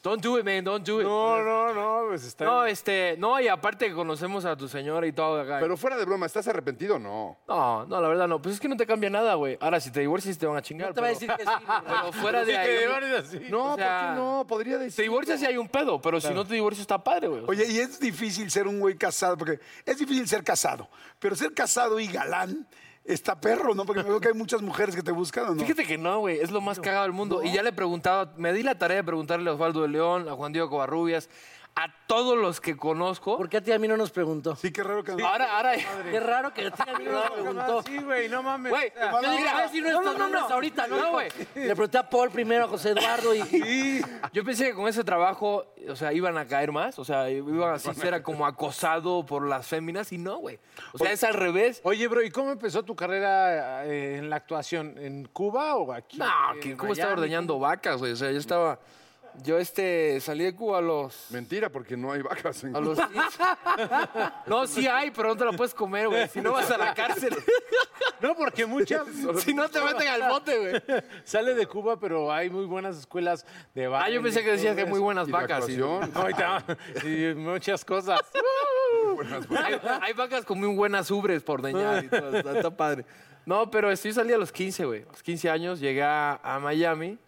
[SPEAKER 10] Don't do it. Don't do it, man. Don't do it.
[SPEAKER 5] No, no, no, pues está.
[SPEAKER 10] No, este, no, y aparte que conocemos a tu señora y todo acá.
[SPEAKER 6] Pero fuera de broma, ¿estás arrepentido o no?
[SPEAKER 10] No, no, la verdad no. Pues es que no te cambia nada, güey. Ahora, si te divorcias, te van a chingar.
[SPEAKER 4] No te va a
[SPEAKER 10] pero-
[SPEAKER 4] decir que sí.
[SPEAKER 10] Pero fuera de ahí.
[SPEAKER 6] No,
[SPEAKER 10] o sea,
[SPEAKER 6] ¿por qué no? Podría decir.
[SPEAKER 10] Te divorcias y hay un pedo, pero si no te divorcias está padre, güey.
[SPEAKER 2] Oye, y es difícil ser un güey casado, porque es difícil ser casado, pero ser casado y galán está perro, ¿no? Porque me veo que hay muchas mujeres que te buscan, ¿o no?
[SPEAKER 10] Fíjate que no, güey, es lo más cagado del mundo. Y ya le preguntaba, me di la tarea de preguntarle a Osvaldo de León, a Juan Diego Covarrubias, a todos los que conozco. ¿Por
[SPEAKER 4] qué a ti a mí no nos preguntó?
[SPEAKER 2] Sí, qué raro que
[SPEAKER 10] Ahora, ahora.
[SPEAKER 4] Qué raro que a ti a mí no nos preguntó.
[SPEAKER 5] Sí, güey, no mames.
[SPEAKER 10] Güey,
[SPEAKER 5] O sea,
[SPEAKER 4] Yo dije,
[SPEAKER 10] mira,
[SPEAKER 4] a ver si
[SPEAKER 10] no,
[SPEAKER 4] no estos
[SPEAKER 10] no, no,
[SPEAKER 4] nombres
[SPEAKER 10] no.
[SPEAKER 4] ahorita, ¿no?
[SPEAKER 10] No, güey.
[SPEAKER 4] Le pregunté a Paul primero, a José Eduardo y...
[SPEAKER 10] Yo pensé que con ese trabajo, o sea, iban a caer más, o sea, iban a ser como acosado por las féminas y no, güey. O sea, es al revés.
[SPEAKER 5] Oye, bro, ¿y cómo empezó tu carrera eh, en la actuación? ¿En Cuba o aquí?
[SPEAKER 10] No, que
[SPEAKER 5] en
[SPEAKER 10] ¿cómo estaba
[SPEAKER 5] Miami?
[SPEAKER 10] ordeñando vacas, güey? O sea, yo estaba. Yo este salí de Cuba a los.
[SPEAKER 6] Mentira, porque no hay vacas en
[SPEAKER 10] A los No, sí hay, pero no te la puedes comer, güey. Si no vas a la cárcel.
[SPEAKER 5] No, porque muchas.
[SPEAKER 10] Si no te meten al bote, güey.
[SPEAKER 5] Sale de Cuba, pero hay muy buenas escuelas de baile.
[SPEAKER 10] Ah, yo pensé que
[SPEAKER 5] y
[SPEAKER 10] decías
[SPEAKER 5] todo
[SPEAKER 10] que hay muy
[SPEAKER 5] eso.
[SPEAKER 10] buenas
[SPEAKER 5] Y de
[SPEAKER 10] vacas, sí.
[SPEAKER 5] actuación. No, ahorita- y muchas cosas.
[SPEAKER 10] Hay, hay vacas con muy buenas ubres por ordeñar y todo, está, está padre. No, pero este, yo salí a los 15, güey. A los 15 años llegué a, a Miami.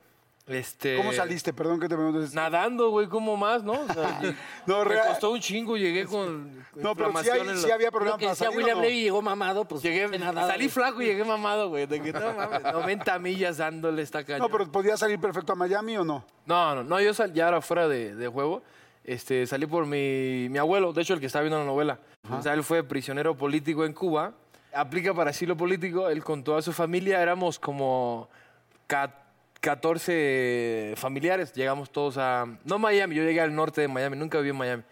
[SPEAKER 10] Este,
[SPEAKER 2] ¿Cómo saliste? Perdón que te preguntes.
[SPEAKER 10] Nadando, güey, ¿cómo más, no? O sea, y-
[SPEAKER 2] No,
[SPEAKER 10] me
[SPEAKER 2] real-
[SPEAKER 10] costó un chingo, llegué con
[SPEAKER 2] No, pero sí
[SPEAKER 10] inflamación
[SPEAKER 2] hay-
[SPEAKER 10] en
[SPEAKER 2] sí
[SPEAKER 10] los-
[SPEAKER 2] había
[SPEAKER 4] Lo
[SPEAKER 2] programa
[SPEAKER 4] que
[SPEAKER 2] para
[SPEAKER 4] decía
[SPEAKER 2] salir, ¿o
[SPEAKER 4] William
[SPEAKER 2] no?
[SPEAKER 4] Levy llegó mamado, pues...
[SPEAKER 10] Llegué,
[SPEAKER 4] nadaba,
[SPEAKER 10] salí
[SPEAKER 4] güey.
[SPEAKER 10] flaco y llegué mamado, güey. De que no mames, 90 millas dándole esta caña.
[SPEAKER 2] No, pero ¿podías salir perfecto a Miami o no?
[SPEAKER 10] No, no, no, yo sal- ya era fuera de, de juego. Este, salí por mi, mi abuelo, de hecho, el que está viendo la novela. O sea, él fue prisionero político en Cuba. Aplica para asilo político. Él con toda su familia éramos como ca- 14 familiares. Llegamos todos a. No Miami, yo llegué al norte de Miami, nunca viví en Miami.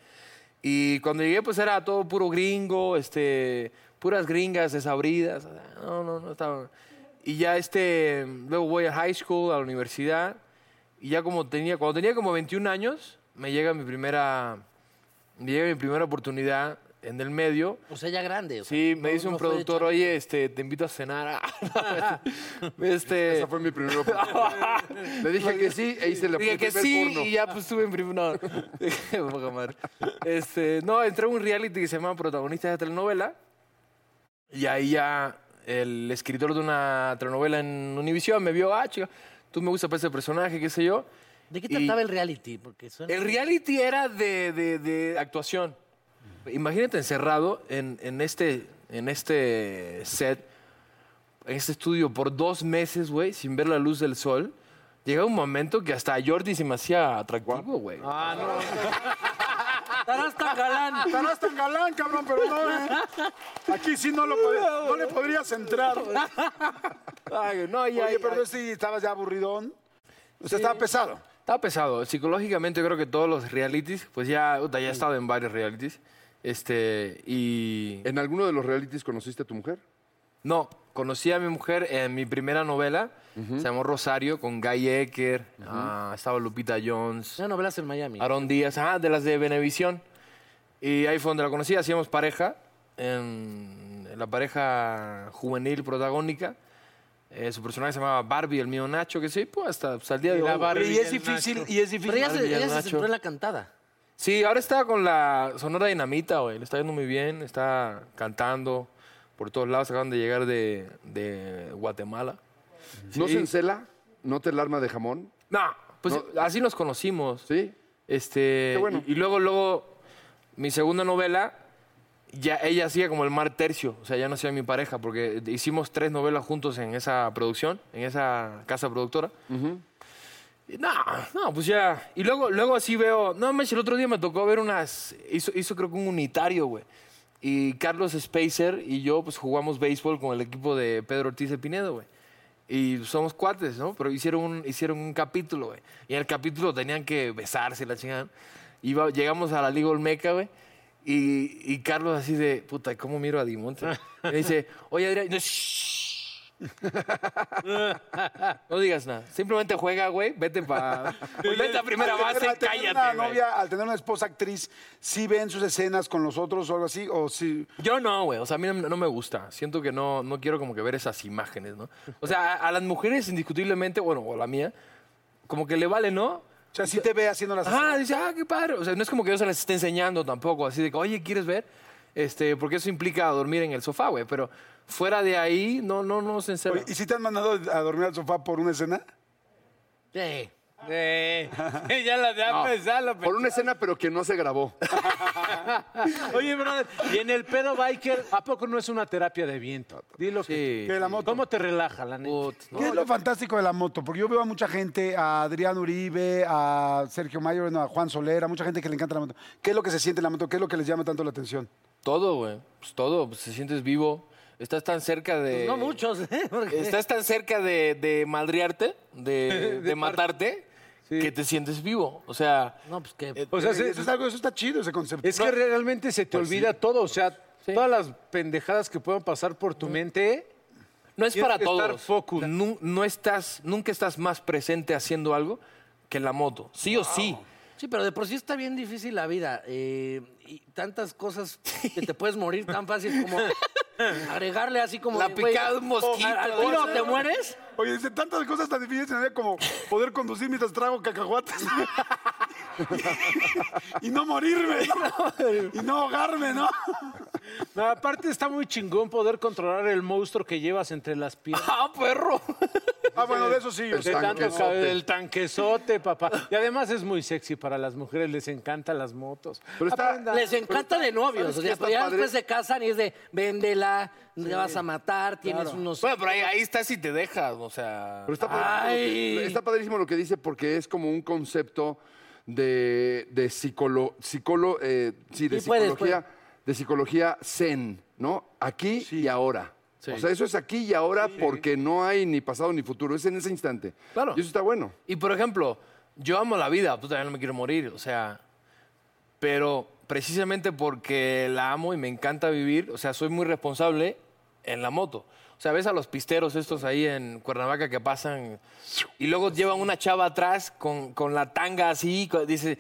[SPEAKER 10] Y cuando llegué, pues era todo puro gringo, este, puras gringas desabridas. o sea, No, no, no estaba. Y ya este, luego voy a high school, a la universidad. Y ya como tenía, cuando tenía como 21 años, me llega mi primera, me llega mi primera oportunidad en el medio.
[SPEAKER 4] O sea, ya pues, grande. o sea,
[SPEAKER 10] Sí, me
[SPEAKER 4] no-
[SPEAKER 10] dice un
[SPEAKER 4] no fue de
[SPEAKER 10] productor, oye, este, te invito a cenar. Ah, este... Esa
[SPEAKER 6] fue mi primera Le dije que sí e hice la
[SPEAKER 10] Dije que
[SPEAKER 6] primer
[SPEAKER 10] sí
[SPEAKER 6] porno.
[SPEAKER 10] y ya pues estuve en primer... No, Dije, poca madre. Este, no, entré a un reality que se llama Protagonistas de Telenovela y ahí ya el escritor de una telenovela en Univision me vio, ah, chica, tú me gusta para ese personaje, qué sé yo.
[SPEAKER 4] ¿De qué
[SPEAKER 10] Y-
[SPEAKER 4] trataba el reality? Porque suena...
[SPEAKER 10] el reality era de, de- de actuación. Imagínate encerrado en, en este, en este set, en este estudio, por dos meses, güey, sin ver la luz del sol. Llegaba un momento que hasta a Jordi se me hacía atractivo, güey.
[SPEAKER 4] Ah, no. Estarás tan galán.
[SPEAKER 2] Estarás tan galán, cabrón, pero no, ¿eh? Aquí sí no, lo pod- no le podrías entrar.
[SPEAKER 10] ay,
[SPEAKER 2] Oye,
[SPEAKER 10] ay,
[SPEAKER 2] pero
[SPEAKER 10] ay.
[SPEAKER 2] si estabas ya aburridón. O sea, estaba pesado.
[SPEAKER 10] Estaba pesado. Psicológicamente creo que todos los realities, pues ya, puta, ya he estado en varios realities. Este, y...
[SPEAKER 6] ¿En alguno de los realities conociste a tu mujer?
[SPEAKER 10] No, conocí a mi mujer en mi primera novela. Se llamó Rosario, con Guy Ecker. ah, estaba Lupita Jones.
[SPEAKER 4] Una novelas en Miami.
[SPEAKER 10] Aaron Díaz, ah, de las de Benevisión. Y ahí fue donde la conocí, hacíamos pareja, en, en la pareja juvenil protagónica. Eh, su personaje se llamaba Barbie, el mío Nacho, que sí, pues hasta, hasta el día de hoy.
[SPEAKER 2] y es difícil, y es difícil.
[SPEAKER 4] Pero ella, se-
[SPEAKER 10] Barbie y el
[SPEAKER 4] ella se
[SPEAKER 10] Nacho.
[SPEAKER 4] centró en la cantada.
[SPEAKER 10] Sí, ahora está con la Sonora Dinamita, güey. Le está yendo muy bien, está cantando por todos lados. Acaban de llegar de, de Guatemala.
[SPEAKER 6] ¿No
[SPEAKER 10] Sí.
[SPEAKER 6] se encela? ¿No te el arma de jamón?
[SPEAKER 10] No, pues así nos conocimos.
[SPEAKER 6] Sí.
[SPEAKER 10] Este,
[SPEAKER 6] Qué bueno.
[SPEAKER 10] Y, y luego, luego, mi segunda novela, ya ella hacía como el mar tercio. O sea, ya no hacía mi pareja, porque hicimos tres novelas juntos en esa producción, en esa casa productora. Y No, no, pues ya. Y luego, luego así veo. No, manches, el otro día me tocó ver unas. Hizo, hizo creo que un unitario, güey. Y Carlos Spacer y yo, pues jugamos béisbol con el equipo de Pedro Ortiz de Pinedo, güey. Y somos cuates, ¿no? Pero hicieron un, hicieron un capítulo, güey. Y en el capítulo tenían que besarse, la chingada. Iba, llegamos a la Liga Olmeca, güey. Y, y Carlos así de, puta, ¿cómo miro a Dimonte? Me dice, oye, Adrián, y yo, "Shh". no digas nada. Simplemente juega, güey. Vete para... Pues Vete a primera
[SPEAKER 2] Al tener-
[SPEAKER 10] base,
[SPEAKER 2] al tener
[SPEAKER 10] cállate,
[SPEAKER 2] Una
[SPEAKER 10] güey.
[SPEAKER 2] novia, al tener una esposa actriz, ¿sí ven sus escenas con nosotros o algo así? O sí.
[SPEAKER 10] Yo no, güey. O sea, a mí no, no me gusta. Siento que no, no quiero como que ver esas imágenes, ¿no? O sea, a, a las mujeres indiscutiblemente, bueno, o a la mía, como que le vale, ¿no? O
[SPEAKER 2] sea, sí te ve haciendo las
[SPEAKER 10] Ah, dice, ah, qué padre. O sea, no es como que yo se las esté enseñando tampoco, así de que, oye, ¿quieres ver? Este, porque eso implica dormir en el sofá, güey. Pero fuera de ahí, no, no, no, sincero.
[SPEAKER 2] Oye, ¿Y si te han mandado a dormir al sofá por una escena?
[SPEAKER 4] Sí.
[SPEAKER 5] ya la de
[SPEAKER 6] No,
[SPEAKER 5] pesar, la
[SPEAKER 6] Por una escena, pero que no se grabó.
[SPEAKER 5] Oye, brother, y en el pedo biker, ¿a poco no es una terapia de viento? Dilo que,
[SPEAKER 2] Que la moto.
[SPEAKER 5] ¿Cómo te relaja, la neta?
[SPEAKER 2] ¿Qué es lo fantástico de la moto? Porque yo veo a mucha gente, a Adrián Uribe, a Sergio Mayer, no, a Juan Soler, a mucha gente que le encanta la moto. ¿Qué es lo que se siente en la moto? ¿Qué es lo que les llama tanto la atención?
[SPEAKER 10] Todo, güey. Pues todo. Pues, te sientes vivo. Estás tan cerca de...
[SPEAKER 4] No muchos, ¿eh? Porque-
[SPEAKER 10] Estás tan cerca de, de madrearte, de, de matarte, que te sientes vivo. O sea...
[SPEAKER 4] No, pues que...
[SPEAKER 5] O sea, sí,
[SPEAKER 2] eso, es algo, eso está chido, ese concepto.
[SPEAKER 5] Es que realmente se te olvida todo, o sea, todas las pendejadas que puedan pasar por tu mente.
[SPEAKER 10] No es
[SPEAKER 5] tienes
[SPEAKER 10] para
[SPEAKER 5] que estar
[SPEAKER 10] todos. O sea, nu- no estás, nunca estás más presente haciendo algo que en la moto. Sí o sí.
[SPEAKER 4] Sí, pero de por sí está bien difícil la vida. eh, y tantas cosas que te puedes morir tan fácil como agregarle así como...
[SPEAKER 10] La
[SPEAKER 4] de, güey,
[SPEAKER 10] picada de un mosquito,
[SPEAKER 4] ¿al- ¿Al
[SPEAKER 10] güey.
[SPEAKER 4] tiro te mueres?
[SPEAKER 2] Oye, dice tantas cosas tan difíciles en la vida como poder conducir mientras trago cacahuates. y no morirme. y no ahogarme, ¿no?
[SPEAKER 5] No, aparte está muy chingón poder controlar el monstruo que llevas entre las piernas.
[SPEAKER 10] ¡Ah, perro!
[SPEAKER 2] Ah, bueno, de eso sí. yo
[SPEAKER 5] El,
[SPEAKER 2] sé.
[SPEAKER 5] tanquezote. el tanquezote, papá. Y además es muy sexy para las mujeres, les encantan las motos.
[SPEAKER 6] Pero está,
[SPEAKER 4] Les encanta de novios.
[SPEAKER 6] ¿sabes
[SPEAKER 4] O
[SPEAKER 6] qué
[SPEAKER 4] sea,
[SPEAKER 6] está
[SPEAKER 4] pero ya
[SPEAKER 6] padre?
[SPEAKER 4] después se casan y es de, véndela, te vas a matar, tienes unos...
[SPEAKER 10] Bueno, pero ahí, ahí estás y te dejas, o sea...
[SPEAKER 6] Pero está padrísimo, lo que, está padrísimo lo que dice porque es como un concepto de, de psicolo, psicolo- eh, sí, de
[SPEAKER 4] Sí, puedes,
[SPEAKER 6] psicología, de psicología zen, ¿no? Aquí y ahora. O sea, eso es aquí y ahora porque no hay ni pasado ni futuro, es en ese instante.
[SPEAKER 10] Claro.
[SPEAKER 6] Y eso está bueno.
[SPEAKER 10] Y por ejemplo, yo amo la vida, pues también no me quiero morir, o sea, pero precisamente porque la amo y me encanta vivir, o sea, soy muy responsable en la moto. O sea, ves a los pisteros estos ahí en Cuernavaca que pasan y luego llevan una chava atrás con, con la tanga así, co- dice,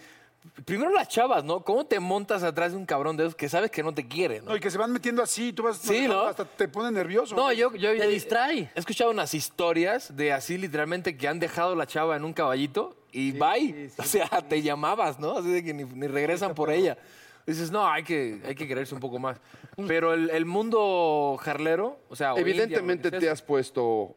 [SPEAKER 10] Primero las chavas, ¿no? ¿Cómo te montas atrás de un cabrón de esos que sabes que no te quiere, no?
[SPEAKER 2] No, y que se van metiendo así, tú vas
[SPEAKER 10] Sí, ¿no?
[SPEAKER 2] hasta te pone nervioso.
[SPEAKER 10] No, yo, yo
[SPEAKER 2] Te distrae.
[SPEAKER 10] He escuchado unas historias de así literalmente que han dejado la chava en un caballito y bye. o sea, te llamabas, ¿no? Así de que ni, ni regresan por ella. Dices, no, hay que, hay que quererse un poco más. Pero el, el mundo jarlero, o sea, o india,
[SPEAKER 6] Evidentemente
[SPEAKER 10] o lo que
[SPEAKER 6] te
[SPEAKER 10] sea,
[SPEAKER 6] has puesto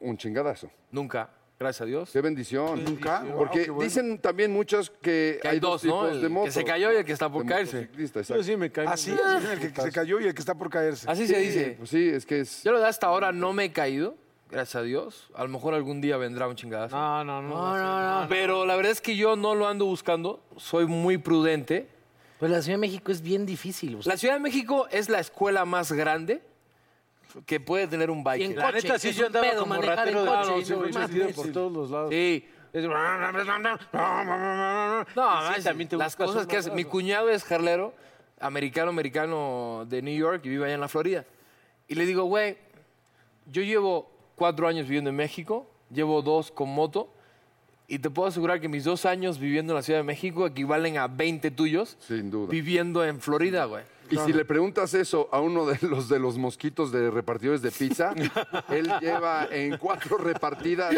[SPEAKER 6] un chingadazo.
[SPEAKER 10] Nunca, gracias a Dios.
[SPEAKER 6] Qué bendición.
[SPEAKER 10] Nunca.
[SPEAKER 6] Porque
[SPEAKER 10] Wow, qué bueno.
[SPEAKER 6] dicen también muchos que,
[SPEAKER 10] Que hay dos, ¿no?
[SPEAKER 6] tipos
[SPEAKER 10] El
[SPEAKER 6] de
[SPEAKER 10] que
[SPEAKER 6] motos.
[SPEAKER 10] se cayó y el que está por
[SPEAKER 6] De
[SPEAKER 10] caerse. Yo
[SPEAKER 6] motociclista, exacto.
[SPEAKER 10] sí me caigo.
[SPEAKER 2] Ah, sí, sí, el que se cayó y el que está por caerse.
[SPEAKER 10] Así se dice.
[SPEAKER 6] Pues sí, es que es.
[SPEAKER 10] Yo la verdad hasta ahora no me he caído, gracias a Dios. A lo mejor algún día vendrá un chingadazo.
[SPEAKER 5] No, no,
[SPEAKER 10] no. Pero la verdad es que yo no lo ando buscando, soy muy prudente.
[SPEAKER 4] Pues la Ciudad de México es bien difícil. o sea,
[SPEAKER 10] La Ciudad de México es la escuela más grande que puede tener un
[SPEAKER 4] Y en
[SPEAKER 10] biker.
[SPEAKER 4] La coche, neta, sí, es yo un andaba pedo como manejar ratero en de coche, lado, no sí, me he mames. metido por
[SPEAKER 5] todos los lados.
[SPEAKER 10] Sí. No,
[SPEAKER 5] sí,
[SPEAKER 10] es-
[SPEAKER 5] también te
[SPEAKER 10] las
[SPEAKER 5] buscas
[SPEAKER 10] cosas
[SPEAKER 5] un
[SPEAKER 10] que hace. Mi
[SPEAKER 5] madrazo.
[SPEAKER 10] cuñado es jarlero, americano, americano de New York y vive allá en la Florida. Y le digo, güey, yo llevo cuatro años viviendo en México, llevo dos con moto, y te puedo asegurar que mis dos años viviendo en la Ciudad de México equivalen a 20 tuyos
[SPEAKER 6] Sin duda.
[SPEAKER 10] viviendo en Florida, güey.
[SPEAKER 6] Y si le preguntas eso a uno de los de los mosquitos de repartidores de pizza, él lleva en cuatro repartidas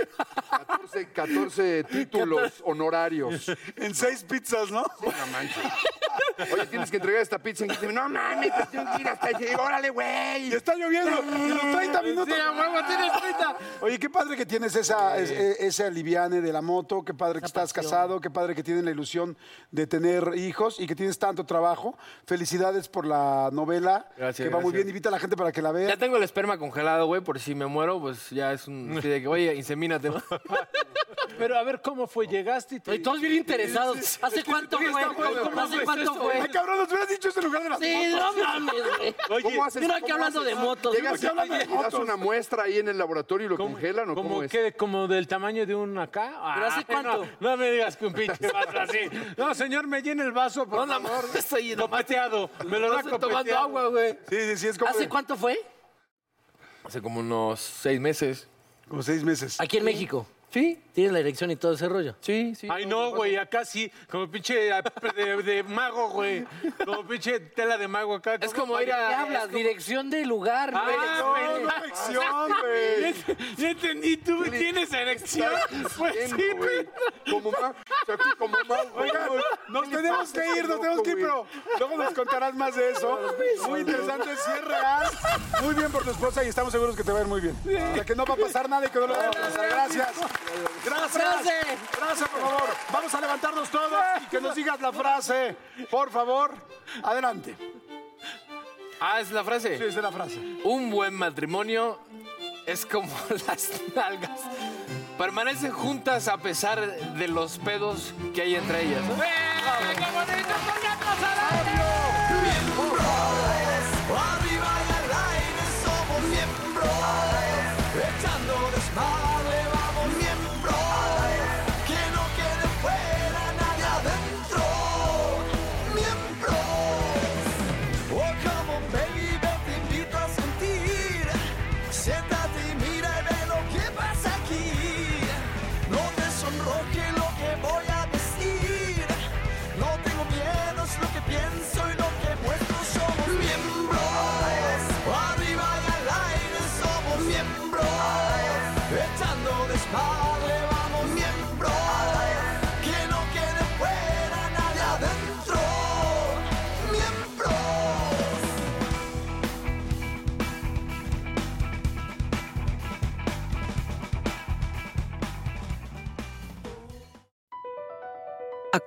[SPEAKER 6] 14, 14 títulos honorarios.
[SPEAKER 2] En seis pizzas, ¿no?
[SPEAKER 6] no manches. Oye, tienes que entregar esta pizza en 15 minutos. No mames, te tengo que ir hasta allí. Órale, güey.
[SPEAKER 2] Está lloviendo. En los 30 minutos.
[SPEAKER 6] Sí, a huevo, tienes prisa.
[SPEAKER 2] Oye, qué padre que tienes esa, es- e- ese aliviane de la moto, qué padre que estás casado, qué padre que tienes la ilusión de tener hijos y que tienes tanto trabajo. Felicidades por la novela,
[SPEAKER 10] Gracias,
[SPEAKER 2] que va
[SPEAKER 10] gracias.
[SPEAKER 2] muy bien. Invita a la gente para que la vea.
[SPEAKER 10] Ya tengo el esperma congelado, güey, por si me muero, pues ya es un... así de que, Oye, insemínate, ¿no?
[SPEAKER 5] Pero a ver cómo fue, llegaste y te.
[SPEAKER 4] Oye, todos bien interesados. ¿Hace cuánto
[SPEAKER 5] Oye,
[SPEAKER 4] fue?
[SPEAKER 5] está bueno,
[SPEAKER 4] ¿Cómo
[SPEAKER 5] ¿cómo
[SPEAKER 4] ¿Hace
[SPEAKER 5] fue
[SPEAKER 4] cuánto
[SPEAKER 5] esto?
[SPEAKER 4] fue?
[SPEAKER 5] Ay,
[SPEAKER 2] cabrón, nos hubieras dicho eso en lugar de las
[SPEAKER 4] Sí, no mames, güey.
[SPEAKER 5] Oye,
[SPEAKER 6] ¿Cómo haces?
[SPEAKER 4] Mira, aquí
[SPEAKER 6] cómo
[SPEAKER 4] hablando
[SPEAKER 6] haces?
[SPEAKER 4] de motos.
[SPEAKER 6] Llegas
[SPEAKER 4] Mira,
[SPEAKER 6] y
[SPEAKER 4] aquí hablando de
[SPEAKER 6] das una muestra ahí en el laboratorio y lo congelan o cómo,
[SPEAKER 5] Como
[SPEAKER 6] es.
[SPEAKER 5] que Eh, como del tamaño de un acá.
[SPEAKER 4] ¿Pero hace
[SPEAKER 5] Ah, no,
[SPEAKER 4] cuánto?
[SPEAKER 5] No, me digas que un pinche vaso así. No, señor, me llena el vaso, por
[SPEAKER 10] No, nada
[SPEAKER 5] favor.
[SPEAKER 10] más estoy nada más
[SPEAKER 5] Copeteado. Me lo da
[SPEAKER 10] estoy tomando
[SPEAKER 5] copeteado.
[SPEAKER 10] agua, güey.
[SPEAKER 2] Sí, sí, sí, es como,
[SPEAKER 4] ¿Hace cuánto fue?
[SPEAKER 10] Hace como unos seis meses.
[SPEAKER 2] como seis meses.
[SPEAKER 4] Aquí en México.
[SPEAKER 10] Sí,
[SPEAKER 4] Tienes la dirección y todo ese rollo.
[SPEAKER 10] sí, sí.
[SPEAKER 5] Ay, no, güey, acá sí, como pinche ah, de, de mago, güey. Como pinche tela de mago acá.
[SPEAKER 10] Es como ir a-
[SPEAKER 4] ¿Qué hablas? Dirección de lugar,
[SPEAKER 5] Ah,
[SPEAKER 4] güey.
[SPEAKER 5] güey, no.
[SPEAKER 2] Acción, güey.
[SPEAKER 5] Ya- Ya entendí, tú tienes erección. Pues sí,
[SPEAKER 6] Lleno, güey. Como ma- o sea, aquí como ma-
[SPEAKER 2] Oigan, nos tenemos que ir, nos tenemos que ir, pero luego nos contarás más de eso. Muy interesante, sí es real. Muy bien por tu esposa y estamos seguros que te va a ir muy bien. O sea, que no va a pasar nada y que no lo va a pasar. Gracias. Gracias.
[SPEAKER 4] Frase.
[SPEAKER 2] Gracias, por favor. Vamos a levantarnos todos y que nos digas la frase. Por favor, adelante.
[SPEAKER 10] Ah, es la frase.
[SPEAKER 2] Sí, esa es la frase.
[SPEAKER 10] Un buen matrimonio es como las nalgas. Permanecen juntas a pesar de los pedos que hay entre ellas. ¿no?
[SPEAKER 3] Miembro al aire, arriba y al aire somos miembro al aire, echando desmadre vamos miembro al aire, que no quede fuera nadie adentro, miembro. Oh, come on baby, te invito a sentir, siéntate y mira y ve lo que pasa aquí, no te sonroje lo que voy a decir, no tengo miedo, es lo que pienso y lo que muestro. Somos miembros, arriba y al aire somos miembros, echando desmadre vamos miembros, que no quede fuera nadie adentro. Miembros.